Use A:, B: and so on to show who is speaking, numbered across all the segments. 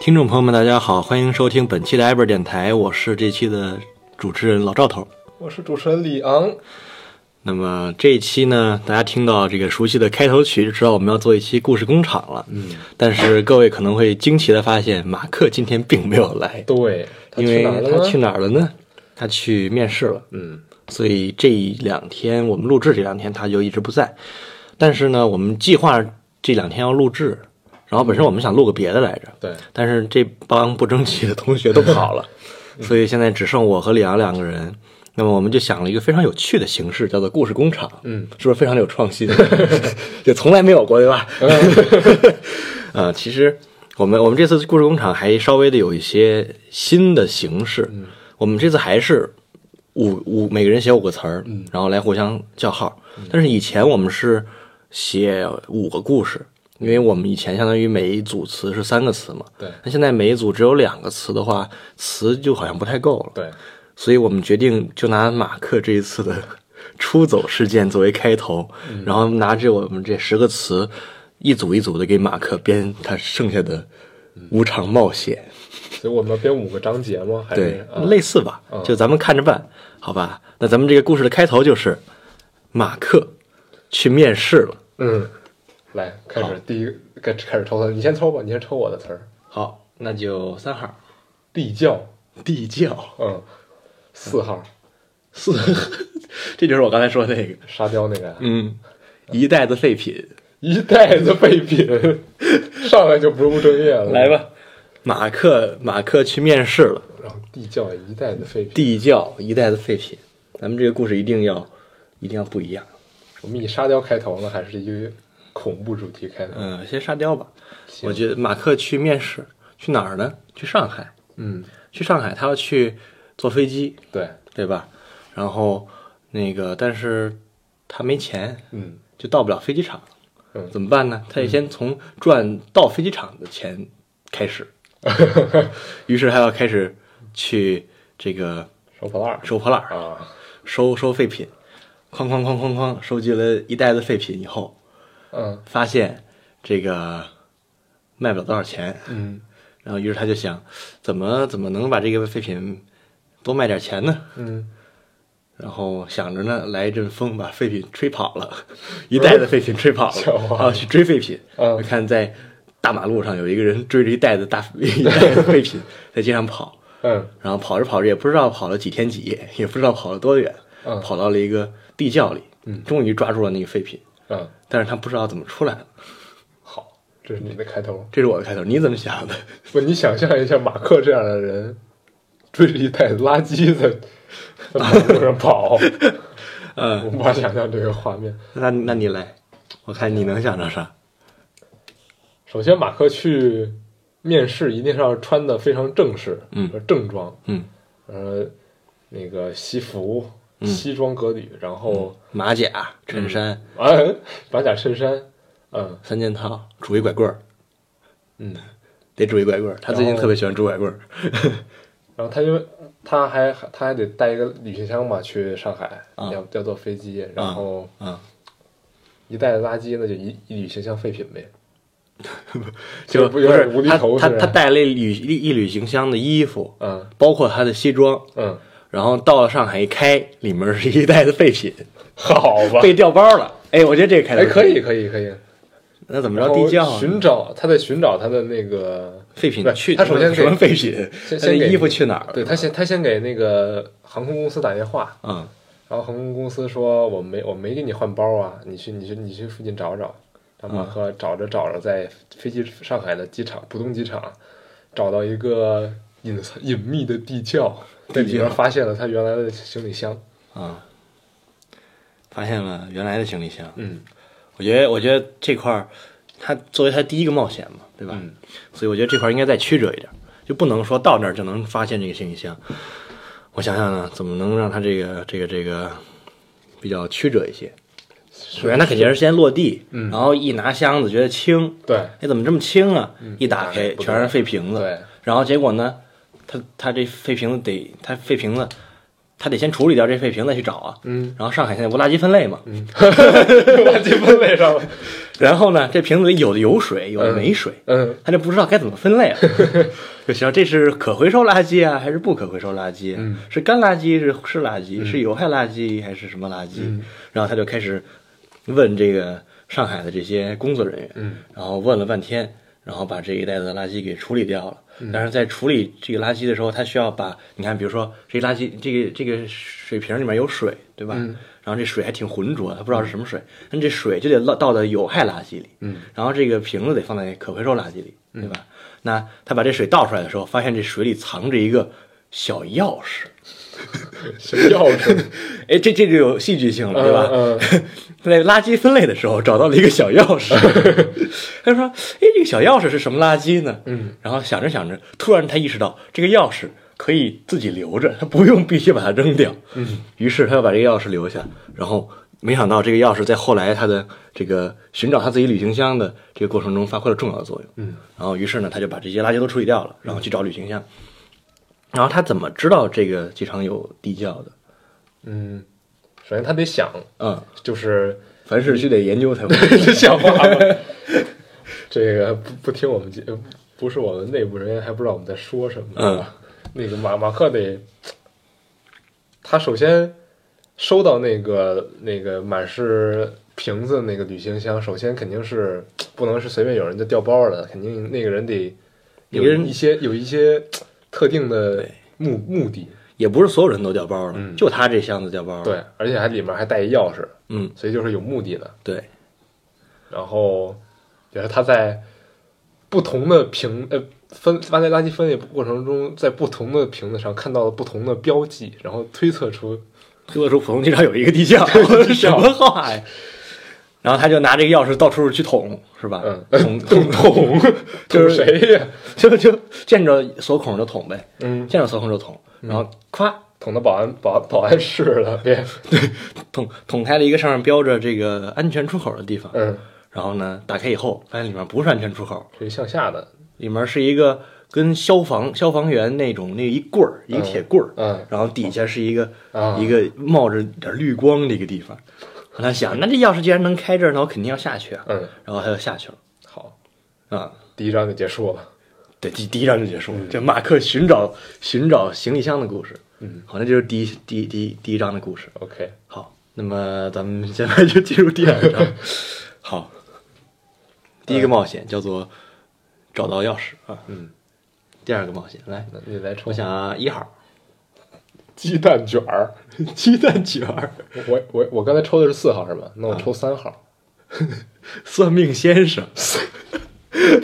A: 听众朋友们，大家好，欢迎收听本期的 Ever 电台，我是这期的主持人老赵头。
B: 我是主持人李昂，
A: 那么这一期呢，大家听到这个熟悉的开头曲，就知道我们要做一期故事工厂了。嗯，但是各位可能会惊奇的发现，马克今天并没有来，
B: 对，他
A: 因
B: 去
A: 为
B: 哪儿
A: 他
B: 了
A: 去
B: 呢？
A: 哪儿了呢？他去面试了。
B: 嗯，
A: 所以这两天我们录制这两天他就一直不在。但是呢，我们计划这两天要录制，然后本身我们想录个别的来着，
B: 嗯对，
A: 但是这帮不争气的同学都跑了，所以现在只剩我和李阳两个人。那么我们就想了一个非常有趣的形式，叫做故事工厂。
B: 嗯，
A: 是不是非常的有创新？也从来没有过，对吧？ 呃，其实我们我们这次故事工厂还稍微的有一些新的形式。嗯，我们这次还是五五每个人写五个词儿，嗯，然后来互相叫号。
B: 嗯
A: 但是以前我们是写五个故事，因为我们以前相当于每一组词是三个词嘛。
B: 对
A: 那现在每一组只有两个词的话，词就好像不太够了。
B: 对，
A: 所以我们决定就拿马克这一次的 出走事件作为开头，
B: 嗯
A: 然后拿着我们这十个词一组一组的给马克编他剩下的
B: 嗯
A: 无常冒险，
B: 所以我们要编五个章节吗？还
A: 对
B: 是，啊
A: 类似吧，
B: 嗯
A: 就咱们看着办，好吧？那咱们这个故事的开头就是马克去面试了，
B: 嗯，来开始第一个，开开始抽他，你先抽吧，你先抽我的词儿，
A: 好，那就三号
B: 地窖，
A: 地窖
B: 嗯，四号
A: 四， 这就是我刚才说的那个，
B: 沙雕那个呀，
A: 嗯，一袋子废品。
B: 一袋子废品， 上来就不务正业了，
A: 来，吧，嗯马克马克去面试了，
B: 然后地窖一袋子废品，
A: 地窖一代的废品。咱们这个故事一定要一定要不一样。
B: 我们以沙雕开头呢，还是一个恐怖主题开头？
A: 嗯、先沙雕吧。
B: 行
A: 我觉得马克去面试，去哪儿呢？去上海，
B: 嗯，
A: 去上海，他要去坐飞机，
B: 对，
A: 对吧？然后那个，但是他没钱，
B: 嗯
A: 就到不了飞机场，
B: 嗯，
A: 怎么办呢？他得先从赚到飞机场的钱开 始。于是他要开始去这个
B: 收破烂儿
A: 收破烂儿，
B: 啊。
A: 收收废品，哐哐哐哐哐，收集了一袋子废品以后，
B: 嗯
A: 发现这个卖不了多少钱，
B: 嗯
A: 然后于是他就想，怎么怎么能把这个废品多卖点钱呢？
B: 嗯，
A: 然后想着呢，来一阵风把废品吹跑了， 一袋子废品吹 跑了，
B: 笑
A: 然
B: 话
A: 后去追废品。
B: 嗯
A: 看在大马路上有一个人追着一袋子大 一袋子废品 在街上跑，
B: 嗯
A: 然后跑着跑着也不知道跑了几天几夜， 也不知道跑了多远，
B: 嗯
A: 跑到了一个地窖里，终于抓住了那个废品，
B: 嗯，
A: 但是他不知道怎么出来的。
B: 好，这是你的开头。
A: 这是我的开头，你怎么想的？
B: 不，你想象一下，马克这样的人追着一袋子垃圾在在马路上跑，
A: 嗯，
B: 我无法想象这个画面。
A: 那那你来，我看你能想到啥？
B: 首先，马克去面试一定是要穿的非常正式，
A: 嗯
B: 呃，正装，
A: 嗯，
B: 呃，那个西服、
A: 嗯
B: 西装革履，然后
A: 马甲、衬衫、
B: 啊，马甲衬衫，嗯
A: 三件套，拄一拐棍儿，
B: 嗯，
A: 得拄一拐棍儿。他最近
B: 然后
A: 特别喜欢拄拐棍儿。
B: 然后他因为他还他还得带一个旅行箱嘛去上海，
A: 啊
B: 要要坐飞机，然后
A: 啊，
B: 一袋垃圾那就一一旅行箱废品 呗。
A: 就
B: 不
A: 不
B: 有
A: 是
B: 点无厘
A: 他
B: 头
A: 他
B: 是吧
A: 他带了一旅一一旅行箱的衣服，
B: 嗯
A: 包括他的西装，
B: 嗯，
A: 然后到了上海一开，里面是一袋子废品，
B: 好吧。
A: 被调包了。哎，我觉得这个开头
B: 哎，可以，。可以可以。
A: 那怎么
B: 然
A: 着
B: 后
A: 地窖啊
B: 寻找他在寻找他的那个，
A: 废品
B: 不是
A: 去
B: 他首先
A: 什么
B: 给
A: 废品？
B: 先
A: 他的
B: 先给
A: 衣服去哪儿？
B: 对他先他先给那个航空公司打电话，
A: 嗯，
B: 然后航空公司说我没我没给你换包啊，你去你去你去附近找找。然后马克找着找着，在飞机上海的机场浦东机场找到一个隐藏隐秘的地窖，在里
A: 地
B: 面
A: 窖
B: 发现了他原来的行李箱。
A: 啊，发现了原来的行李箱。
B: 嗯
A: 我觉得，我觉得这块儿，他作为他第一个冒险嘛，对吧？
B: 嗯
A: 所以我觉得这块儿应该再曲折一点，就不能说到那儿就能发现这个行李箱。我想想呢，怎么能让他这个这个这个比较曲折一些？首先，他肯定是先落地，
B: 嗯
A: 然后一拿箱子觉得轻，
B: 对
A: 哎，怎么这么轻啊？一打
B: 一打
A: 开
B: 开嗯哎不对
A: 全是废瓶子，
B: 对，
A: 然后结果呢，他他这废瓶子得他废瓶子，他得先处理掉这废瓶再去找啊。
B: 嗯，
A: 然后上海现在无垃圾分类嘛，
B: 垃圾分类上了，
A: 然后呢，这瓶子里有的有水，有的没水，
B: 嗯
A: 他就不知道该怎么分 类了。就想这是可回收垃圾啊，还是不可回收垃圾？
B: 嗯
A: 是干垃圾是是垃圾，是有害垃圾还是什么垃圾？
B: 嗯
A: 然后他就开始问这个上海的这些工作人员，
B: 嗯
A: 然后问了半天，然后把这一袋子的垃圾给处理掉了。
B: 嗯
A: 但是在处理这个垃圾的时候，他需要把你看，比如说这垃圾这个这个水瓶里面有水，对吧？
B: 嗯
A: 然后这水还挺浑浊，他不知道是什么水，但这水就得落倒到有害垃圾里，
B: 嗯，
A: 然后这个瓶子得放在可回收垃圾里，对吧？那他把这水倒出来的时候，发现这水里藏着一个小钥匙，
B: 什么钥匙？
A: 哎，这这就有戏剧性了，对吧？
B: 嗯
A: 在垃圾分类的时候找到了一个小钥 匙，他说：“哎，这个小钥匙是什么垃圾呢？”
B: 嗯，
A: 然后想着想着，突然他意识到这个钥匙可以自己留着，他不用必须把它扔掉。嗯，于是他要把这个钥匙留下，然后没想到这个钥匙在后来他的这个寻找他自己旅行箱的这个过程中发挥了重要的作用。
B: 嗯，
A: 然后于是呢，他就把这些垃圾都处理掉了，然后去找旅行箱。
B: 嗯
A: 然后他怎么知道这个机场有地窖的？
B: 嗯，首先他得想，
A: 嗯，
B: 就是
A: 凡事须得研究才会。
B: 这想法吗？这个不不听我们节，不是我们内部人员还不知道我们在说什么。
A: 嗯，
B: 那个马马克得，他首先收到那个那个满是瓶子那个旅行箱，首先肯定是不能是随便有人就掉包的，肯定那个人得有
A: 那个人
B: 一些有一些特定的
A: 对
B: 目目的，
A: 也不是所有人都掉包了，
B: 嗯
A: 就他这箱子掉包了。
B: 对，，而且还里面还带一钥匙，
A: 嗯，
B: 所以就是有目的的。
A: 对，
B: 然后也是他在不同的瓶呃分发在垃圾分类过程中，在不同的瓶子上看到了不同的标记，然后推测出
A: 推测出浦东机场有一个地窖，什么话呀？然后他就拿这个钥匙到处去捅，是吧？
B: 嗯
A: 捅 捅捅，就是
B: 捅谁呀？
A: 就就见着锁孔就捅呗，
B: 嗯，
A: 见着锁孔就捅，然后咵
B: 捅到保安保保安室了，别
A: 捅捅开了一个上面标着这个安全出口的地方，
B: 嗯，
A: 然后呢打开以后发现里面不是安全出口，
B: 这是向下的，
A: 里面是一个跟消防消防员那种那一棍儿一个铁棍儿，
B: 嗯
A: 然后底下是一个、
B: 啊
A: 一个冒着点绿光的一个地方。然后他想，那这钥匙既然能开这儿，那我肯定要下去啊。
B: 嗯，
A: 然后他就下去了
B: 好，
A: 啊。
B: 第一章就结束了，
A: 对，第第一章就结束了。这马克寻找寻找行李箱的故事，
B: 嗯，
A: 好，那就是第一第一第一第一章的故事。
B: ，OK，
A: 好，那么咱们现在就进入第二章。好，第一个冒险叫做找到钥匙啊。
B: 嗯，
A: 第二个冒险来，
B: 那你来抽
A: 我想啊一号
B: 鸡蛋卷儿，
A: 鸡蛋卷儿，
B: 我我我刚才抽的是四号是吧？那我抽三号，
A: 算命先 生，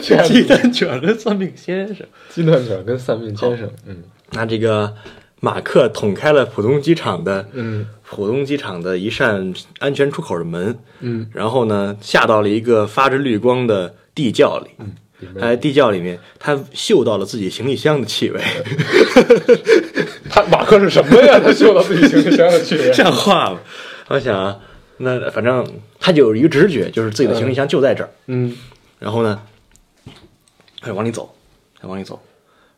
B: 天
A: 鸡蛋卷儿跟算命先生。
B: 鸡蛋卷儿跟三命先生，嗯
A: 那这个马克捅开了浦东机场的，
B: 嗯
A: 浦东机场的一扇安全出口的门，
B: 嗯，
A: 然后呢，下到了一个发着绿光的地窖里。嗯
B: 里面
A: 他在地窖里面，他嗅到了自己行李箱的气 味，
B: 他马克是什么呀？他嗅到自己行李箱的 气 味。
A: 像话吗？我想啊，那反正他就有一个直觉，就是自己的行李箱就在这儿。
B: 嗯
A: 然后呢，他就往里走，他往里走，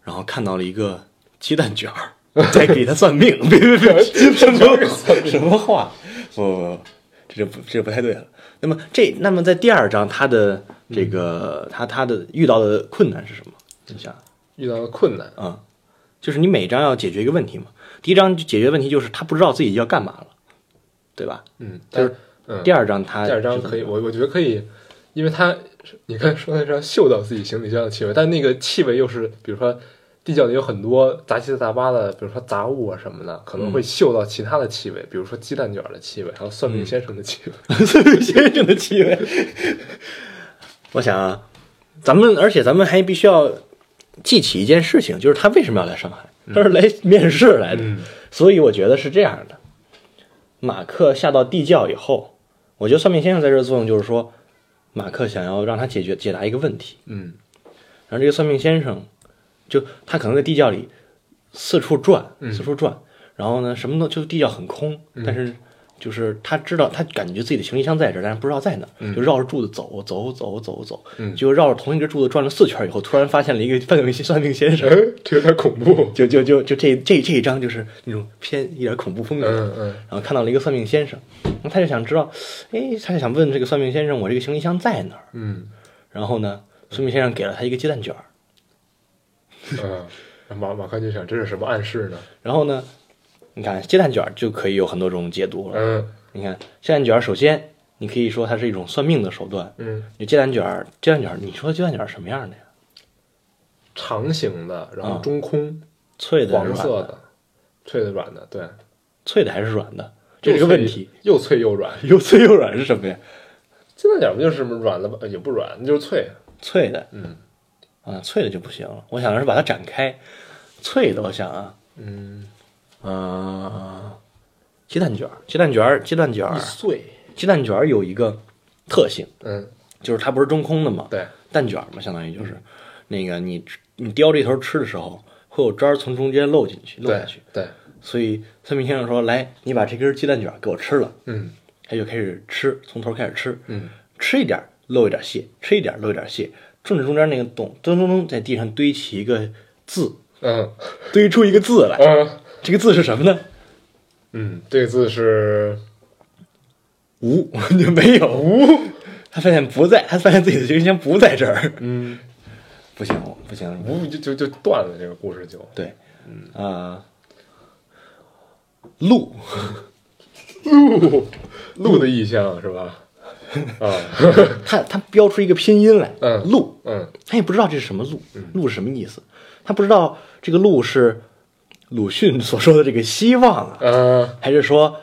A: 然后看到了一个鸡蛋卷 儿，在给他算命， 别别别，什么什么话？不不不，这就不这就不太对了。那么这那么在第二章他的这
B: 嗯
A: 个、他他的遇到的困难是什么？你想，
B: 遇到了困难，
A: 啊，就是你每章要解决一个问题嘛。第一章解决问题就是他不知道自己要干嘛了，对吧？
B: 嗯，
A: 就
B: 但
A: 是
B: 是嗯，
A: 第二章他
B: 第二章可以，我我觉得可以，因为他你看说那张嗅到自己行李箱的气味，但那个气味又是比如说地窖里有很多杂七杂八的，比如说杂物啊什么的，可能
A: 嗯
B: 会嗅到其他的气味，比如说鸡蛋卷的气味，还有算
A: 嗯
B: 命先生的气 味。
A: 先生的气味。我想啊，咱们而且咱们还必须要记起一件事情，就是他为什么要来上海？他是来面试来的，
B: 嗯
A: 所以我觉得是这样的。马克下到地窖以后，我觉得算命先生在这儿作用就是说，马克想要让他解决解答一个问题，
B: 嗯
A: 然后这个算命先生就他可能在地窖里四处转，四处转，然后呢，什么都就地窖很空，但是就是他知道他感觉自己的行李箱在这儿，但是不知道在哪儿，就绕着柱子走走走走走，就绕着同一个柱子转了四圈以后，突然发现了一个 犯罪算命先生，
B: 哎，这有点恐怖。
A: 就就就就这这这一章就是那种偏一点恐怖风格的，
B: 嗯嗯
A: 然后看到了一个算命先生，然后他就想知道，哎，他就想问这个算命先生，我这个行李箱在哪儿？
B: 嗯
A: 然后呢，算命先生给了他一个鸡蛋卷儿，
B: 嗯，然后马马克就想这是什么暗示呢？
A: 然后呢，你看鸡蛋卷儿就可以有很多种解读了。
B: 嗯
A: 你看鸡蛋卷儿，首先你可以说它是一种算命的手段。
B: 嗯，
A: 你鸡蛋卷儿，鸡蛋卷儿，你说鸡蛋卷儿什么样的呀？
B: 长形的，然后
A: 啊
B: 中空，
A: 脆的还是
B: 黄
A: 软
B: 色
A: 的？
B: 的，脆的软的，对，
A: 脆的还是软的？这是个问题。
B: 又脆又软。
A: 又脆又软是什么呀？
B: 鸡蛋卷不就是什么软的吧？呃也不软，那就是脆。
A: 脆的
B: 嗯
A: 啊，脆的就不行了。我想的是把它展开，脆的，我想啊，
B: 嗯，啊
A: 嗯，鸡蛋卷儿，鸡蛋卷儿，鸡蛋卷儿
B: 易，碎。
A: 鸡蛋卷儿有一个特性，
B: 嗯，
A: 就是它不是中空的嘛，
B: 对，
A: 蛋卷儿嘛，相当于就是那个你吃你叼这头吃的时候，会有渣儿从中间漏进去，漏
B: 对
A: 进去。，
B: 对，
A: 所以算命先生说：“来，你把这根鸡蛋卷儿给我吃了。”
B: 嗯
A: 他就开始吃，从头开始吃，
B: 嗯
A: 吃一点儿漏一点儿屑，吃一点儿漏一点儿屑，顺着中间那个洞，咚咚咚，在地上堆起一个字，
B: 嗯
A: 堆出一个字来。
B: 嗯
A: 这个字是什么呢？
B: 嗯，这个字是
A: 无， 就没有无。他发现不在，他发现自己的行李箱不在这儿，
B: 嗯，
A: 不行，不行，
B: 无就就就断了，这个故事就
A: 对，啊、路，
B: 路路的意象是吧？啊，
A: 他他标出一个拼音来，
B: 嗯
A: 路，
B: 嗯
A: 他也不知道这是什么路，路是什么意思，他不知道这个路是鲁迅所说的这个希望啊，
B: 啊
A: 还是说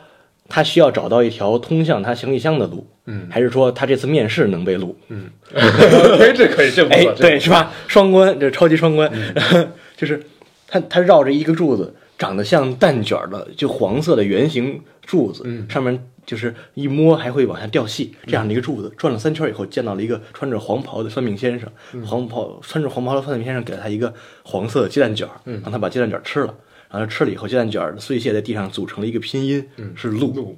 A: 他需要找到一条通向他行李箱的路，
B: 嗯
A: 还是说他这次面试能被录？
B: 嗯，哎，这可以，这不
A: 哎
B: 错，，这
A: 对，是吧？嗯双关，这超级双关，就是他他绕着一个柱子，长得像蛋卷儿的，就黄色的圆形柱子，上面。就是一摸还会往下掉细，这样的一个柱子转了三圈以后，见到了一个穿着黄袍的算命先生。黄袍穿着黄袍的算命先生给了他一个黄色的鸡蛋卷儿，让他把鸡蛋卷儿吃了。然后他吃了以后，鸡蛋卷儿的碎屑在地上组成了一个拼音，是路。
B: 路，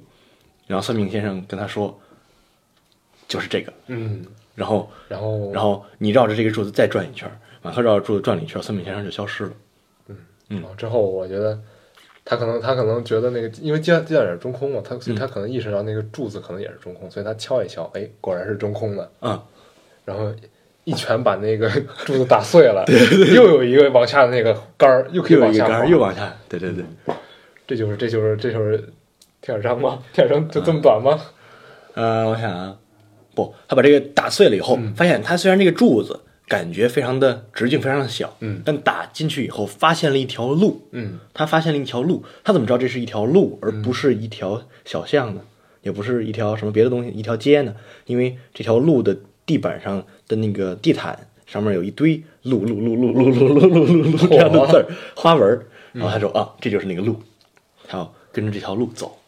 A: 然后算命先生跟他说，就是这个。
B: 嗯，
A: 然后
B: 然后
A: 然后你绕着这个柱子再转一圈儿，马克绕着柱子转了一圈儿，算命先生就消失了。
B: 然后哦之后，我觉得他可能他可能觉得那个，因为鸡蛋鸡蛋也是中空嘛，他所以他可能意识到那个柱子可能也是中空，所以他敲一敲，哎，果然是中空的，
A: 嗯，
B: 然后一拳把那个 柱子打碎了，又有一个往下的那个杆儿，又可以
A: 又有
B: 往
A: 一个
B: 下
A: 杆
B: 滑
A: 儿，又往下，对对对，
B: 这就是这就是这就是铁尔章吗？铁尔章就这么短
A: 啊
B: 吗？
A: 呃，我想啊，不，他把这个打碎了以后，发现他虽然这个柱子感觉非常的直径非常的小，
B: 嗯
A: 但打进去以后发现了一条路，
B: 嗯
A: 他发现了一条路，他怎么知道这是一条路，而不是一条小巷呢？也不是一条什么别的东西，一条街呢？因为这条路的地板上的那个地毯上面有一堆“路路路路路路路路路路”这样的字儿花纹儿，然后他说啊，这就是那个路，他要跟着这条路走，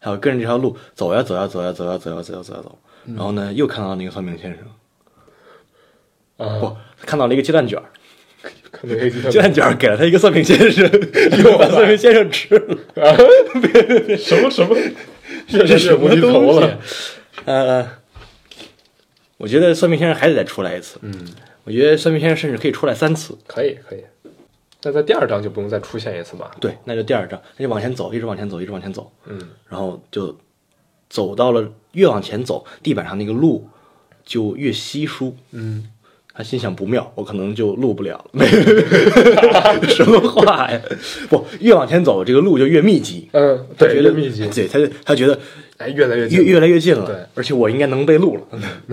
A: 他要跟着这条路走呀走呀走呀走呀走呀走呀走呀走，
B: 嗯
A: 然后呢又看到那个算命先生，
B: 啊，
A: 不，看到了一个鸡蛋卷儿，
B: 可能鸡
A: 鸡
B: 蛋
A: 蛋卷儿给了他一个算命先生， 又把算命先生吃了。
B: 啊，什么什么， 这
A: 这
B: 是
A: 什
B: 无
A: 么
B: 厘头
A: 东西啊
B: 了，？
A: 呃，我觉得算命先生还得再出来一次。嗯，我觉得算命先生甚至可以出来三次。
B: 可以可以。那在第二章就不用再出现一次吧？
A: 对，那就第二章，那就往前走，一直往前走，一直往前走，
B: 嗯
A: 然后就走到了越往前走，地板上那个路就越稀疏。
B: 嗯，
A: 他心想不妙，我可能就录不了了。没 什么话呀？不，越往前走，这个路就越密集。
B: 嗯，
A: 他
B: 对，
A: 觉
B: 越
A: 得
B: 密集，
A: 对他就他觉得
B: 哎，越来越近
A: 越
B: 了，
A: 越来越近了，
B: 对
A: 而且我应该能被录了。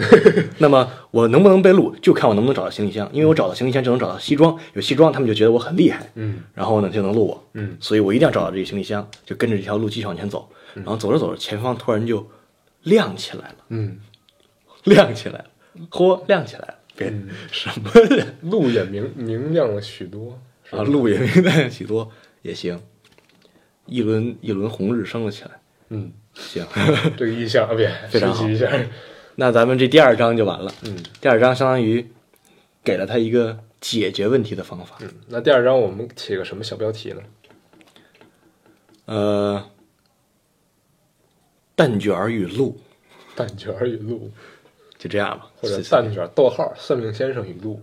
A: 那么我能不能被录，就看我能不能找到行李箱，因为我找到行李箱就能找到西装，有西装他们就觉得我很厉害，
B: 嗯，
A: 然后呢就能录我，
B: 嗯，
A: 所以我一定要找到这个行李箱，就跟着这条路继续往前走，然后走着走着，前方突然就亮起来了，
B: 嗯，
A: 亮起来了，嚯，亮起来了，别、什么呀
B: 路也明明亮了许多。
A: 啊，路也没带许多也行，一轮一轮红日升了起来，
B: 嗯，
A: 行。
B: 这个意象啊，别
A: 非常
B: 学
A: 好
B: 习一下。
A: 那咱们这第二章就完了。
B: 嗯，
A: 第二章相当于给了他一个解决问题的方法。
B: 那第二章我们起个什么小标题呢？
A: 呃，蛋卷儿与鹿，
B: 蛋卷儿与鹿，
A: 就这样吧，
B: 或者
A: 随
B: 蛋卷儿逗号算命先生与鹿，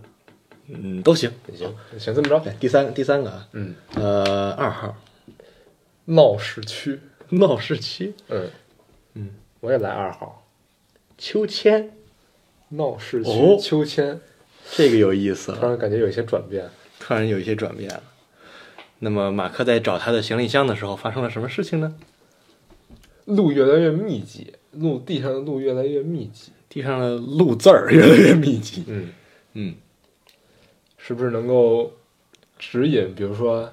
A: 嗯都行。
B: 行哎行这么着，
A: 来第三第三个啊，
B: 嗯，
A: 呃，二号
B: 闹市区，
A: 闹市区
B: 嗯
A: 嗯，
B: 我也来二号，
A: 秋千，
B: 闹市
A: 哦
B: 区秋千，
A: 这个有意思
B: 突
A: 了，
B: 然感觉有一些转变，
A: 突然有一些转变了。那么马克在找他的行李箱的时候发生了什么事情呢？
B: 路越来越密集，路地上的路越来越密集，
A: 地上的路字儿 越来越密集。
B: 嗯，
A: 嗯，
B: 是不是能够指引，比如说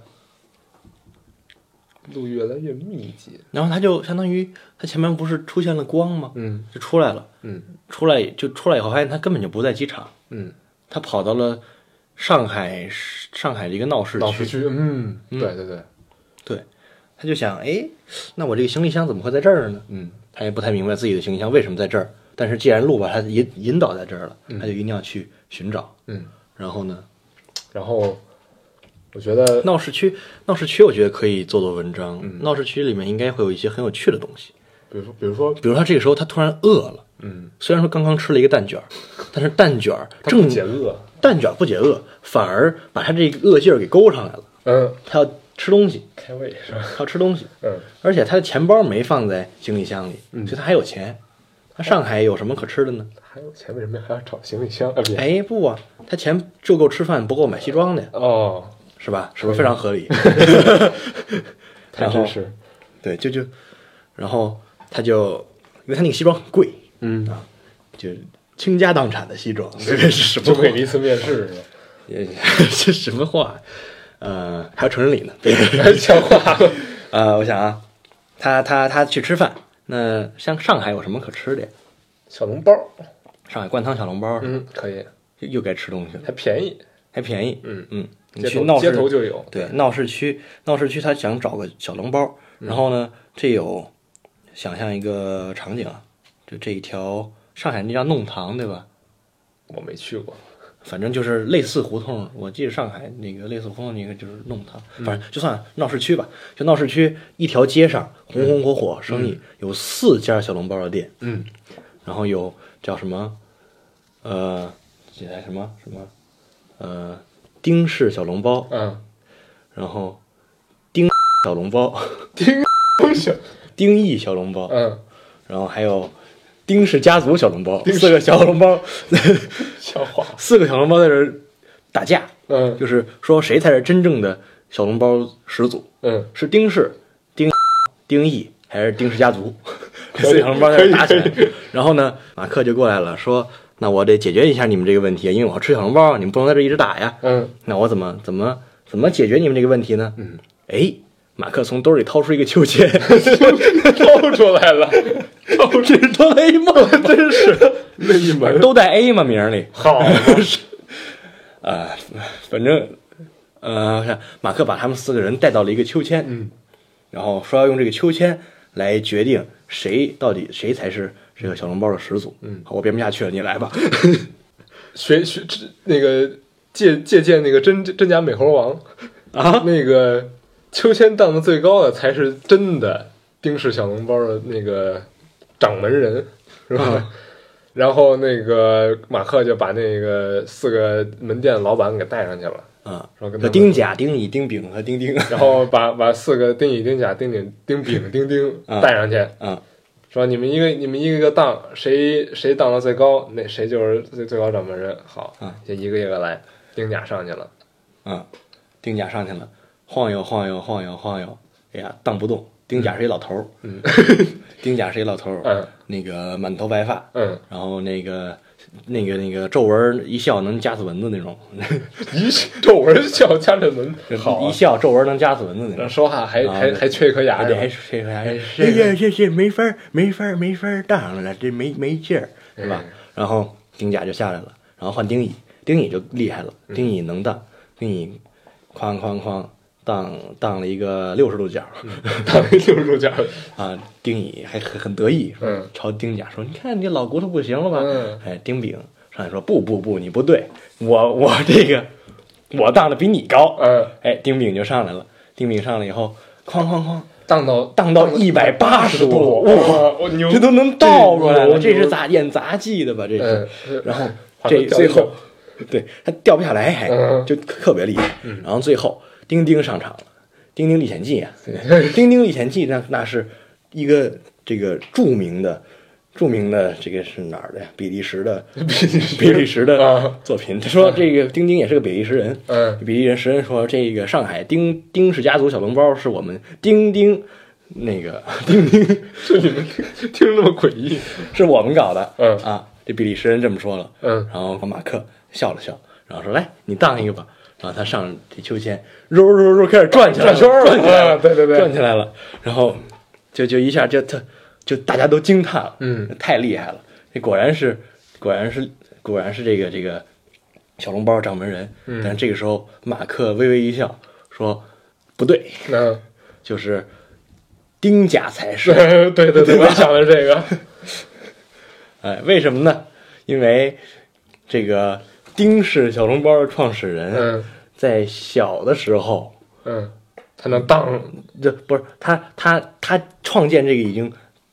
B: 路越来越密集，
A: 然后他就相当于他前面不是出现了光吗？
B: 嗯
A: 就出来了，
B: 嗯
A: 出来就出来以后发现他根本就不在机场，
B: 嗯，
A: 他跑到了上海上海的一个闹市
B: 闹市
A: 区。
B: 区，嗯，
A: 嗯
B: 对对对，
A: 对，他就想，哎，那我这个行李箱怎么会在这儿呢？
B: 嗯
A: 他也不太明白自己的行李箱为什么在这儿，但是既然路把他引引导在这儿了，
B: 嗯
A: 他就一定要去寻找。
B: 嗯，
A: 然后呢，
B: 然后我觉得
A: 闹市区，闹市区我觉得可以做做文章。
B: 嗯
A: 闹市区里面应该会有一些很有趣的东西，
B: 比如说，比如说，
A: 比如他这个时候他突然饿了，
B: 嗯，
A: 虽然说刚刚吃了一个蛋卷儿，但是蛋卷儿
B: 他不
A: 正
B: 解饿，
A: 蛋卷儿不解饿，反而把他这个饿劲儿给勾上来了。
B: 嗯，
A: 他要吃东西，
B: 开胃是吧？
A: 他要吃东西，
B: 嗯
A: 而且他的钱包没放在行李箱里，
B: 嗯
A: 所以他还有钱。他上海有什么可吃的呢？
B: 还有钱为什么还要找行李箱？啊，别
A: 哎，不啊，他钱就够吃饭，不够买西装的呀，
B: 哦，
A: 是吧？是不是非常合理？
B: 太真实，
A: 对，就就，然后他就，因为他那个西装很贵，啊
B: 嗯，
A: 就倾家荡产的西装， 随便是什么
B: 就
A: 货
B: 给了一次面试是吧？
A: 也 这什么话？呃，还有成人礼呢。对，
B: 像话吗？
A: 呃，我想啊，他他他去吃饭，那像上海有什么可吃的呀？
B: 小笼包，
A: 上海灌汤小笼包，
B: 嗯，可以，
A: 又又该吃东西了，
B: 还便宜，
A: 还便宜。
B: 嗯，
A: 嗯，你
B: 街
A: 去
B: 头
A: 闹
B: 街
A: 市
B: 头就有，
A: 对闹市区，闹市区他想找个小笼包，
B: 嗯
A: 然后呢，这有想象一个场景啊，就这一条上海那叫弄堂对吧？
B: 我没去过，
A: 反正就是类似胡同，我记得上海那个类似胡同那个就是弄堂，
B: 嗯
A: 反正就算闹市区吧，就闹市区一条街上红红火火生意有四家小笼包的店，
B: 嗯，
A: 然后有叫什么，呃，这叫什么什么，呃，丁氏小笼包，
B: 嗯，
A: 然后丁小笼包，
B: 不行，
A: 丁义小笼包，
B: 嗯，
A: 然后还有丁氏家族小笼包，
B: 丁氏
A: 四个小笼包，
B: 像话，
A: 四个小笼包在这儿打架，
B: 嗯
A: 就是说谁才是真正的小笼包始祖，
B: 嗯，
A: 是丁氏、丁丁义还是丁氏家 族？
B: 以
A: 四个小笼包在这儿打起
B: 可
A: 来。然后呢，马克就过来了，说：“那我得解决一下你们这个问题，啊因为我要吃小笼包，你们不能在这一直打呀。
B: 嗯
A: 那我怎么怎么怎么解决你们这个问题呢？”
B: 嗯，
A: 哎，马克从兜里掏出一个秋 千，
B: 掏出来了，
A: 都是哆啦 A 梦， 真是
B: 那一门
A: 都带 A 嘛名儿里
B: 好，
A: 啊、反正呃，我想马克把他们四个人带到了一个秋千，
B: 嗯，
A: 然后说要用这个秋千来决定谁到底谁才是这个小笼包的始祖。
B: 嗯
A: 好，我编不下去了，你 来吧。
B: 学学这那个借借鉴那个真真假美猴王
A: 啊，
B: 那个秋千荡的最高的才是真的丁氏小笼包的那个掌门人，是吧？
A: 啊
B: 然后那个马克就把那个四个门店老板给带上去了，
A: 啊，
B: 然后跟他
A: 叫
B: 们
A: 丁甲、丁乙、丁丙和丁 丁。
B: 然后把把四个丁乙、丁甲、丁丙、丁丙、丁丁
A: 啊
B: 带上去，
A: 啊，
B: 说你们一个你们一个一个当，谁谁当到最高，那谁就是最最高掌门人。好
A: 啊，
B: 就一个一个来，丁甲上去了，
A: 啊，丁甲上去了，晃悠晃悠晃悠晃悠，哎呀，荡不动。丁甲是一老头儿，
B: 嗯
A: 丁甲是一老头儿，
B: 嗯
A: 那个满头白发，
B: 嗯，
A: 然后那个那个那个皱纹儿一笑能夹死蚊子那种，
B: 一皱纹笑掐着门，好 啊
A: 一，笑皱纹儿能夹死蚊子那
B: 然后
A: 种。
B: 说话还
A: 啊
B: 还还缺一颗牙
A: 还
B: 是
A: 得
B: 吧
A: 还是还还是
B: 哎
A: 这这这没法儿没法儿没法儿当上了，这没没劲儿，是吧
B: 嗯？
A: 然后丁甲就下来了，然后换丁乙，丁乙就厉害了，丁乙能荡，丁乙哐哐哐荡荡了一个六十度角儿，
B: 他那六十度角，
A: 啊，丁乙还很很得意，说
B: 嗯
A: 朝丁甲说：“你看你老骨头不行了吧？”
B: 嗯
A: 哎，丁丙上来说：“不不不，你不对，我我 这个我荡的比你高。
B: 嗯
A: 哎，丁丙就上来了，丁丙上来以后，哐哐哐，
B: 荡到
A: 荡到一百八十度，哇，
B: 我牛，
A: 这都能倒过来了，
B: 这
A: 这
B: 牛
A: 是杂演杂技的吧？这是
B: 嗯，，
A: 然后
B: 好
A: 这
B: 像掉
A: 最
B: 一个
A: 后，对他掉不下来还，
B: 嗯
A: 就特别厉害。然后最后丁丁上场了，《丁丁历险记》啊，《丁丁历险记》那那是一个这个著名的。著名的这个是哪儿的呀？比利时 的比利时的
B: 啊
A: 作品。他说这个丁丁也是个比利时人，
B: 嗯
A: 比利时人说这个上海丁丁氏家族小笼包是我们丁丁那个丁丁
B: 这你们听听着那么诡异，
A: 是我们搞的，
B: 嗯
A: 啊，这比利时人这么说了，
B: 嗯
A: 然后马克笑了笑，然后说：“来，你荡一个吧。”然后他上这秋千，揉揉揉开始转起来了，
B: 转圈儿了
A: 转起来了，
B: 啊对对对
A: 转起来了。然后就就一下就他就大家都惊叹了，
B: 嗯，
A: 太厉害了，这果然是果然是果然是这个这个小笼包掌门人。
B: 嗯
A: 但是这个时候，马克微微一笑说：“不对，
B: 嗯，
A: 就是丁家才是。”
B: 对对对对，我想的是这个，
A: 哎，为什么呢？因为这个丁氏小笼包的创始人
B: 嗯
A: 在小的时候，
B: 嗯，他能荡，
A: 这不是他他他创建这个已经